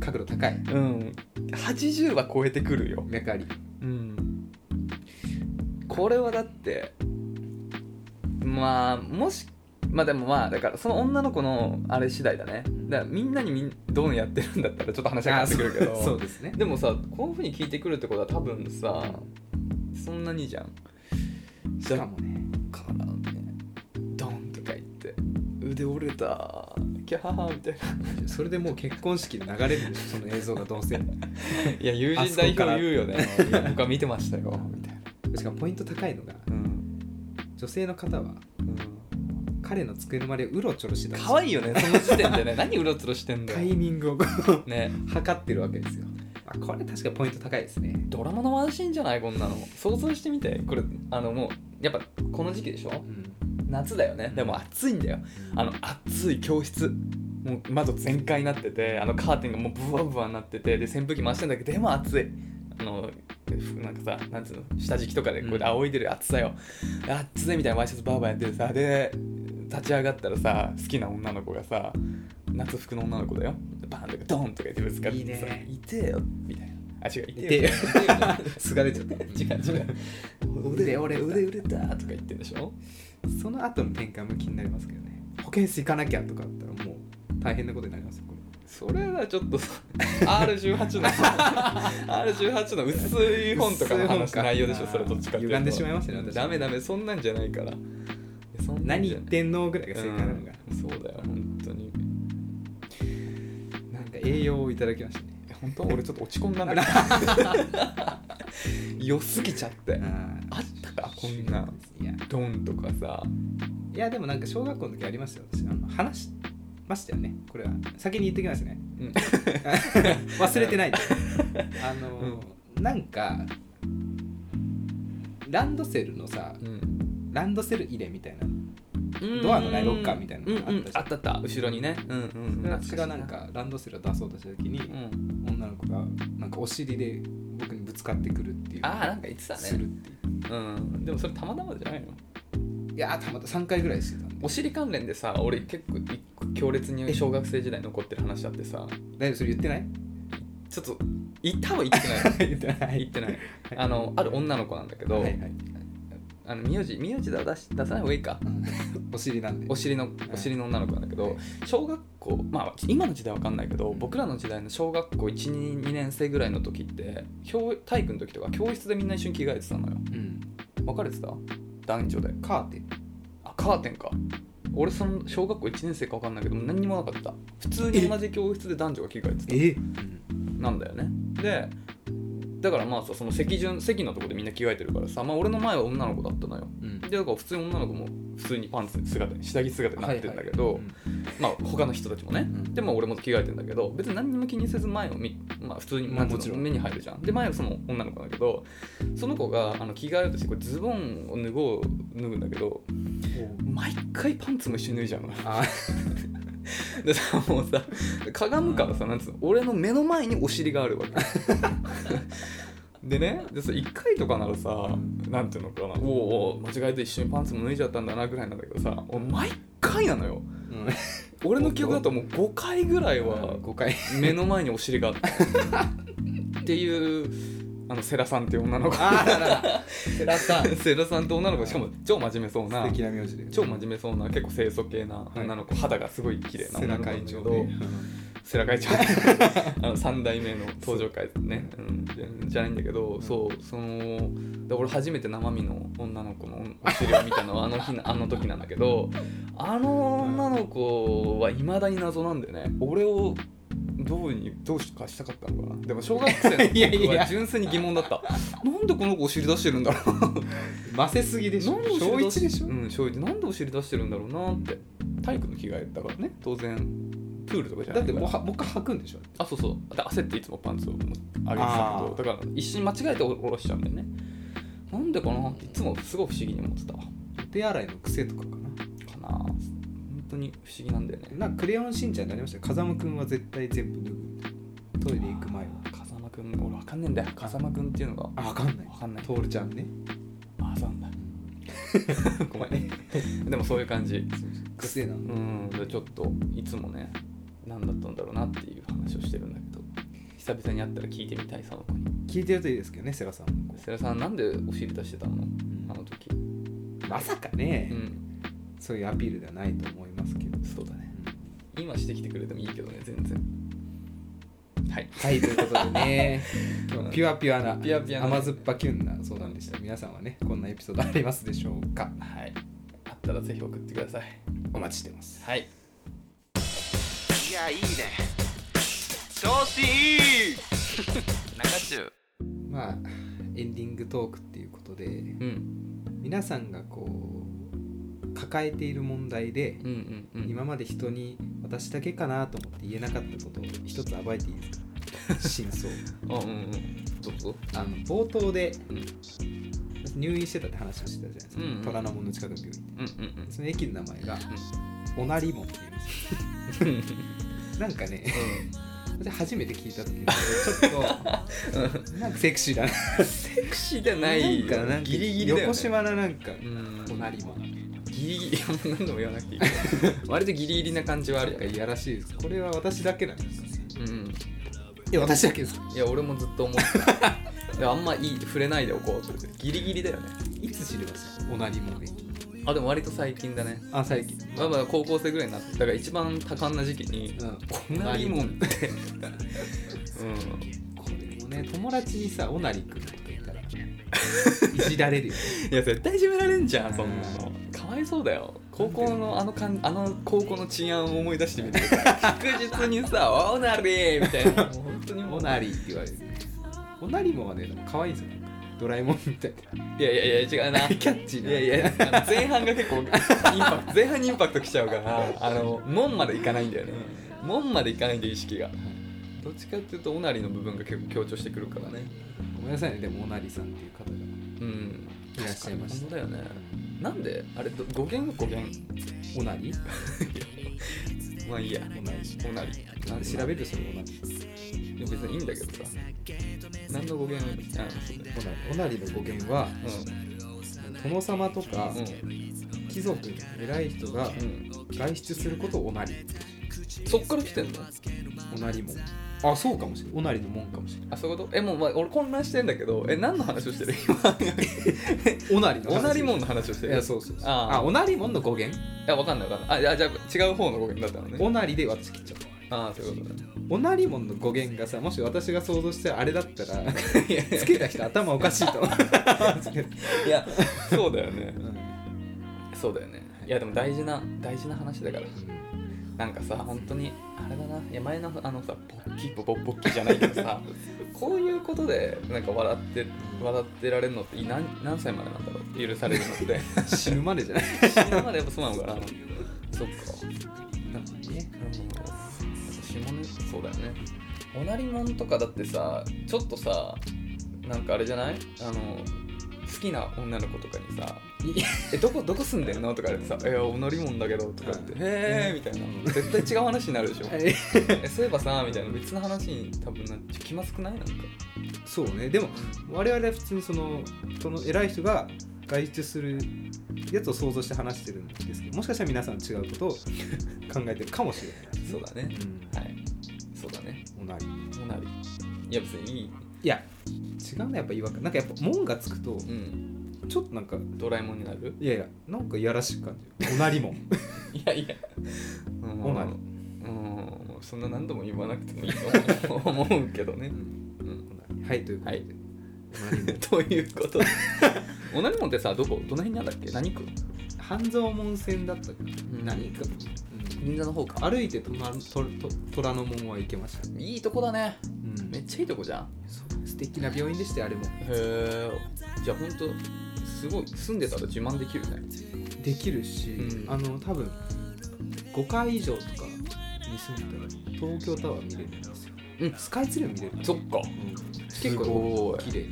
Speaker 1: 角度高い
Speaker 2: うん80は超えてくるよ
Speaker 1: メカリ
Speaker 2: うんこれはだってまあもしまあでもまあだからその女の子のあれ次第だねだからみんなにみんどうやってるんだったらちょっと話が変わってくるけど
Speaker 1: そうですね
Speaker 2: でもさこういうふうに聞いてくるってことは多分さそんなにじゃん
Speaker 1: しかもね
Speaker 2: からねドンとか言って腕折れたキャーみ たい
Speaker 1: それでもう結婚式で流れるんでしょその映像がどうせ
Speaker 2: ないや友人代表言うよねいや僕は見てましたよみたいな
Speaker 1: しかもポイント高いのが
Speaker 2: うん、
Speaker 1: 女性の方は彼の机の周りをうろちょろしてたんです
Speaker 2: 可愛いよねその時点 でね何うろつろしてんだ
Speaker 1: タ
Speaker 2: よ
Speaker 1: イミングをこう
Speaker 2: ね
Speaker 1: 測ってるわけですよあこれ確かにポイント高いですね
Speaker 2: ドラマのワンシーンじゃないこんなの想像してみてこれあのもうやっぱこの時期でしょ
Speaker 1: うん
Speaker 2: 夏だよねでも暑いんだよあの暑い教室もう窓全開になっててあのカーテンがもうブワブワになっててで扇風機回してんだけどでも暑いあのふなんかさなんつうの下敷きとかでこうやって仰いでる暑さよ、暑いみたいなワイシャツバーバーやってるさで立ち上がったらさ好きな女の子がさ夏服の女の子だよバーンとかドーンとか言ってぶつかって
Speaker 1: い
Speaker 2: さ
Speaker 1: いね
Speaker 2: いてえよみたいなあ違うい
Speaker 1: い
Speaker 2: てえ
Speaker 1: て
Speaker 2: よ
Speaker 1: すがれちゃった
Speaker 2: 違う違う腕俺腕売れたとか言ってるでしょ
Speaker 1: その後の展開も気になりますけどね保健室行かなきゃとかあったらもう大変なことになりますよこれ
Speaker 2: それはちょっとさ R18 の R18 の薄い本とかの話
Speaker 1: 薄い本か
Speaker 2: 内容でしょそれどっちかっていうと
Speaker 1: 歪んでしまいますよね私
Speaker 2: ダメダメそんなんじゃないからいやそんなん
Speaker 1: 何
Speaker 2: じゃ
Speaker 1: 言ってんのぐらいが
Speaker 2: な
Speaker 1: 正
Speaker 2: い
Speaker 1: 解なのが、
Speaker 2: うんそうだよ本当に
Speaker 1: なんか栄養をいただきましたね
Speaker 2: え本当俺ちょっと落ち込んだんだけど 良すぎちゃってあったかこんない
Speaker 1: や
Speaker 2: ドンとかさ
Speaker 1: いやでもなんか小学校の時ありましたよ私あの話しましたよねこれは先に言ってきますね
Speaker 2: うん
Speaker 1: 忘れて ないあの、なんかランドセルのさ
Speaker 2: うん
Speaker 1: ランドセル入れみたいなドアのないロッカーみたいなのがあ
Speaker 2: う
Speaker 1: っ
Speaker 2: んうん
Speaker 1: たじ
Speaker 2: あ
Speaker 1: ゃん
Speaker 2: ったあった後ろにねうんうんうん
Speaker 1: 私がなんかランドセルを出そうとした時に、
Speaker 2: うん
Speaker 1: 女の子がなんかお尻で僕にぶつかってくるっていう
Speaker 2: ああなんか言ってた
Speaker 1: する
Speaker 2: ね
Speaker 1: ってい
Speaker 2: うんでもそれたまたまじゃないの
Speaker 1: ういやーたまた3回ぐらいしてたんで
Speaker 2: お尻関連でさ俺結構一個強烈に小学生時代残ってる話あってさ
Speaker 1: 大丈夫それ言ってない
Speaker 2: ちょっとい多 分言ってない
Speaker 1: 言って な
Speaker 2: 言ってないあのある女の子なんだけど、
Speaker 1: はいはい
Speaker 2: あの名字名字では出し出さない方がいいか
Speaker 1: お尻なんで
Speaker 2: お尻のお尻の女の子なんだけど小学校まあ今の時代わかんないけど僕らの時代の小学校12年生ぐらいの時って教体育の時とか教室でみんな一緒に着替えてたのよ
Speaker 1: うん、
Speaker 2: 別れてた男女で
Speaker 1: カーテン
Speaker 2: あカーテンか俺その小学校1年生か分かんないけど何にもなかった普通に同じ教室で男女が着替えてた
Speaker 1: え
Speaker 2: なんだよねでだからまあさその席順席のとこでみんな着替えてるからさまあ俺の前は女の子だったのよ
Speaker 1: うん
Speaker 2: でだから普通に女の子も普通にパンツ姿に下着姿になってるんだけど、まあ他の人たちもね、
Speaker 1: うん
Speaker 2: でまあ俺も着替えてんだけど別に何にも気にせず前を見、まあ、普通に
Speaker 1: まあ
Speaker 2: なんつうの
Speaker 1: もちろん
Speaker 2: 目に入るじゃんで前はその女の子だけどその子があの着替えようとしてこれズボンを脱ごう脱ぐんだけど毎回パンツも一緒に脱いじゃうの
Speaker 1: あ
Speaker 2: でさもうさかがむからさなんつうの俺の目の前にお尻があるわけ でねでさ1回とかならさなんていうのかなおうおう間違えて一緒にパンツも脱いじゃったんだなぐらいなんだけどさ俺毎回なのよ俺の記憶だともう5回ぐらいは
Speaker 1: 5回
Speaker 2: 目の前にお尻があったっていうあのセラさんっていう女の子
Speaker 1: あららセラさん
Speaker 2: セラさんと女の子しかも超真面目そうな
Speaker 1: 素敵な名字で
Speaker 2: 超真面目そうな結構清楚系ない女の子、肌がすごい綺麗な
Speaker 1: セ
Speaker 2: 女
Speaker 1: ラ
Speaker 2: の子なん
Speaker 1: 会
Speaker 2: だけ
Speaker 1: 長
Speaker 2: ど
Speaker 1: で
Speaker 2: セラ会長 あの3代目の登場会ね、うん、じゃじゃないんだけど、
Speaker 1: ん
Speaker 2: そうそので俺初めて生身の女の子のお尻を見たのはあの 日のあの時なんだけどあの女の子はいまだに謎なんでね俺をどうにどうしかしたかったのかなでも小学生の
Speaker 1: いやい
Speaker 2: 僕
Speaker 1: や
Speaker 2: は純粋に疑問だったなんでこの子お尻出してるんだろう
Speaker 1: ませすぎでしょ
Speaker 2: なんでお
Speaker 1: 小
Speaker 2: 尻出
Speaker 1: 一でしょ、
Speaker 2: うん、小一なんでお尻出してるんだろうなって体育の着替えだからね当然プールとかじゃ
Speaker 1: だ
Speaker 2: ない
Speaker 1: って
Speaker 2: から
Speaker 1: もうはもう一回履くんでしょ
Speaker 2: あそうそうで焦っていつもパンツをあげてたけどだから一瞬間違えて下ろしちゃうんだよねなんでかなっていつもすごい不思議に思ってたわか
Speaker 1: お手洗いの癖とかかな
Speaker 2: な本当に不思議なんだよね
Speaker 1: なんかクレヨンしんちゃんになりましたよ風間くんは絶対全部脱ぐトイレ行く前は
Speaker 2: 風間くん俺わかんねえんだよ風間くんっていうのが
Speaker 1: あ分かんない
Speaker 2: わかんない
Speaker 1: トールちゃんね
Speaker 2: あそうなんだ ごめんねでもそういう感じ
Speaker 1: 癖な
Speaker 2: う
Speaker 1: の
Speaker 2: んでちょっといつもね何だったんだろうなっていう話をしてるんだけど久々に会ったら聞いてみたいその子に
Speaker 1: 聞いてるといいですけどねセラさんも
Speaker 2: 世良さんなんでお尻出してたのあの時
Speaker 1: まさかね、
Speaker 2: うん
Speaker 1: そういうアピールではないと思いますけど、
Speaker 2: そうだね今してきてくれてもいいけどね全然はい
Speaker 1: はいということで ね今日はピュアピュアな
Speaker 2: ピュアピュアな
Speaker 1: 甘酸っぱキュンな相談でした皆さんはねこんなエピソードありますでしょうか
Speaker 2: はいあったらぜひ送ってください
Speaker 1: お待ちしてます
Speaker 2: はい
Speaker 3: きゃいいね調子い い中中
Speaker 1: まあエンディングトークっていうことで
Speaker 2: うん
Speaker 1: 皆さんがこう抱えている問題で
Speaker 2: うんうんうん
Speaker 1: 今まで人に私だけかなと思って言えなかったことを一つ暴いていいですか真相
Speaker 2: あ うんうんどうぞ
Speaker 1: あの冒頭で
Speaker 2: うん
Speaker 1: 入院してたって話をしてたじゃないですか、
Speaker 2: うんうん
Speaker 1: 虎ノ門の近くの病院
Speaker 2: うんうん
Speaker 1: その駅の名前が、おなり門っていうんです
Speaker 2: うんうん
Speaker 1: よなんかね私初めて聞いた時 にちょっとなんかセクシーだな
Speaker 2: セクシーじゃないよ
Speaker 1: んかなんか
Speaker 2: ギリギリだよ、ね、
Speaker 1: 横島ななんか
Speaker 2: うん
Speaker 1: おなり門
Speaker 2: ギリギリいやもう何度も言わなくていい割とギリギリな感じはある
Speaker 1: なんかいやらしいですこれは私だけなんですか
Speaker 2: うん
Speaker 1: いや私だけです
Speaker 2: いや俺もずっと思ってたいやあんまいい触れないでおこうと思ってギリギリだよね
Speaker 1: いつ知りますおなり門駅
Speaker 2: あでも割と最近だね
Speaker 1: あ最近
Speaker 2: まあまあ高校生ぐらいになってだから一番多感な時期に
Speaker 1: うん
Speaker 2: こんないいもんってうん
Speaker 1: これもね友達にさおなりくんとか言 ったらいじられるよね
Speaker 2: いや絶対いじめられんじゃんそんなのかわいそうだよ高校のあのかんあの高校の治安を思い出してみて ください確実にさ「オナリー!」みたいなもう本当にも
Speaker 1: お
Speaker 2: う
Speaker 1: なりって言われるおなりもはねでも可愛いですよねドラえもんみたいない
Speaker 2: やいやいや違うな
Speaker 1: キャッチーない
Speaker 2: やいやあの前半が結構インパクト前半にインパクトきちゃうからあの門までいかないんだよね門までいかないんで意識がどっちかっていうとおなりの部分が結構強調してくるからね
Speaker 1: ごめんなさいねでもおなりさんっていう方が
Speaker 2: うん
Speaker 1: いらっしゃいました
Speaker 2: そうだよねなんであれど語源語源
Speaker 1: おなり
Speaker 2: まあいいや
Speaker 1: おなり
Speaker 2: おなり
Speaker 1: なんで調べるそのおなり
Speaker 2: いや別にいいんだけどさ何の語源をあそうだね
Speaker 1: おなりの語源は殿様とか
Speaker 2: うんうん
Speaker 1: 貴族偉い人が
Speaker 2: うん
Speaker 1: 外出することをおなり
Speaker 2: そっから来てんの
Speaker 1: おなりもあそうかもしれないおなりのもんかもしれ
Speaker 2: あそういうことえもう、まあ、俺混乱してんだけどえ何の話をしてる
Speaker 1: ないおなりの
Speaker 2: 今おなりもん
Speaker 1: い
Speaker 2: の話をしてる
Speaker 1: やそうそうそう
Speaker 2: あー
Speaker 1: あおなりもんの語源
Speaker 2: いや、わかんないわかんない。あ、いやじゃあ違う方の語源だったのね。
Speaker 1: おなりで私切っちゃう
Speaker 2: ああ、そういうことね。
Speaker 1: おなりもんの語源がさもし私が想像してあれだった ら つけた人頭おかしい と思う
Speaker 2: いや、 そうだよね
Speaker 1: う。ん
Speaker 2: そうだよね。いや、でも大事な、大事な話だから。なんかさ、本当に、あれだな。いや、前のあのさ、ポッキー、ポポッポッキーじゃないけどさ、 こういうことで、なんか笑って、笑ってられるのって、い何何歳までなんだろう許されるのって。
Speaker 1: 死ぬまでじゃない
Speaker 2: 死ぬまでやっぱそうなのかな。そっか。
Speaker 1: なんかね
Speaker 2: 下ネそうだよねおなりもんとかだってさちょっとさなんかあれじゃないあの好きな女の子とかにさい「えどこどこ住んでんの?」とか言ってさ「いやおなりもんだけど」とか言って「
Speaker 1: うん
Speaker 2: へえ」
Speaker 1: うん
Speaker 2: みたいな絶対違う話になるでしょ えそういえばさみたいな別の話に多分なっちゃう気まずくないなんか
Speaker 1: そうねでも我々は普通にそのその偉い人が外出するやつを想像して話してるんですけどもしかしたら皆さん違うことを 考えてるかもしれない
Speaker 2: そうだねはいそうだね
Speaker 1: おなり
Speaker 2: おなりいや別にいい
Speaker 1: いや違うねやっぱ違和感なんかやっぱ門がつくと
Speaker 2: うん
Speaker 1: ちょっとなんか
Speaker 2: ドラえもんになる
Speaker 1: いやいやなんかいやらしく感じるおなりも ん
Speaker 2: いやいや、うん、
Speaker 1: オナニ
Speaker 2: うん、そんな何度も言わなくてもいいと思う思うけどね。うん、
Speaker 1: はいということで、
Speaker 2: はい
Speaker 1: おなりもん
Speaker 2: ということで、オナニモンってさ、どこ、どの辺にあるんだっけ何区
Speaker 1: 半蔵門線だったか
Speaker 2: ん
Speaker 1: な何か、
Speaker 2: 銀座の方
Speaker 1: 歩いてとまとと虎ノ門は行けました、
Speaker 2: いいとこだね。
Speaker 1: うん
Speaker 2: めっちゃいいとこじゃん。
Speaker 1: そう素敵な病院でしたよあれも
Speaker 2: へえ。じゃあ、ほんと、すごい、住んでたら自慢できるね。
Speaker 1: できるし、
Speaker 2: うん
Speaker 1: あの多分5階以上とかに住んでたら東京タワー見れるんですよ、
Speaker 2: うん
Speaker 1: スカイツリーも見れる、
Speaker 2: そっか。
Speaker 1: 結構
Speaker 2: すごい
Speaker 1: 綺麗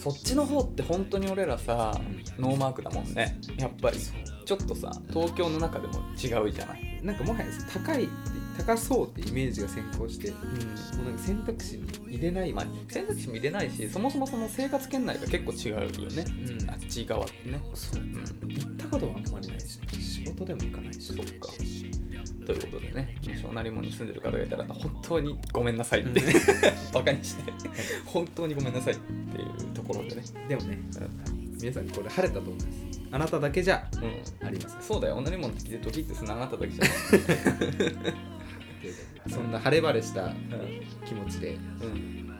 Speaker 2: そっちの方って本当に俺らさ、
Speaker 1: う
Speaker 2: ノーマークだもんね。やっぱり。ちょっとさ、東京の中でも違うじゃない。
Speaker 1: なんかもはや高いって高そうってイメージが先行しても
Speaker 2: うん
Speaker 1: うなんか選択肢に入れない
Speaker 2: まあ、選択肢も入れないしそもそもその生活圏内が結構違うよね
Speaker 1: うん
Speaker 2: あっち側ってね
Speaker 1: そう
Speaker 2: うん
Speaker 1: 行ったことはあんまりないし仕事でも行かないし
Speaker 2: そっかということでねもしおなりもんに住んでる方がいたら本当にごめんなさいって バカにして 本当にごめんなさいっていうところでね、
Speaker 1: でもね皆さんこれ晴れたと思いますあなただけじゃ
Speaker 2: うん、
Speaker 1: ありません
Speaker 2: そうだよおなりもんって聞いてドキッてするのあなただけじゃない、
Speaker 1: そんな晴れ晴れした
Speaker 2: うん
Speaker 1: 気持ちで
Speaker 2: う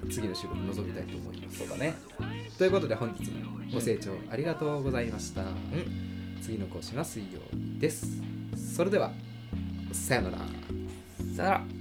Speaker 2: ん、
Speaker 1: 次の仕事に臨みたいと思います
Speaker 2: そうだね
Speaker 1: ということで本日もご清聴ありがとうございました、
Speaker 2: ん
Speaker 1: 次の更新は水曜日ですそれではさようなら
Speaker 2: さよなら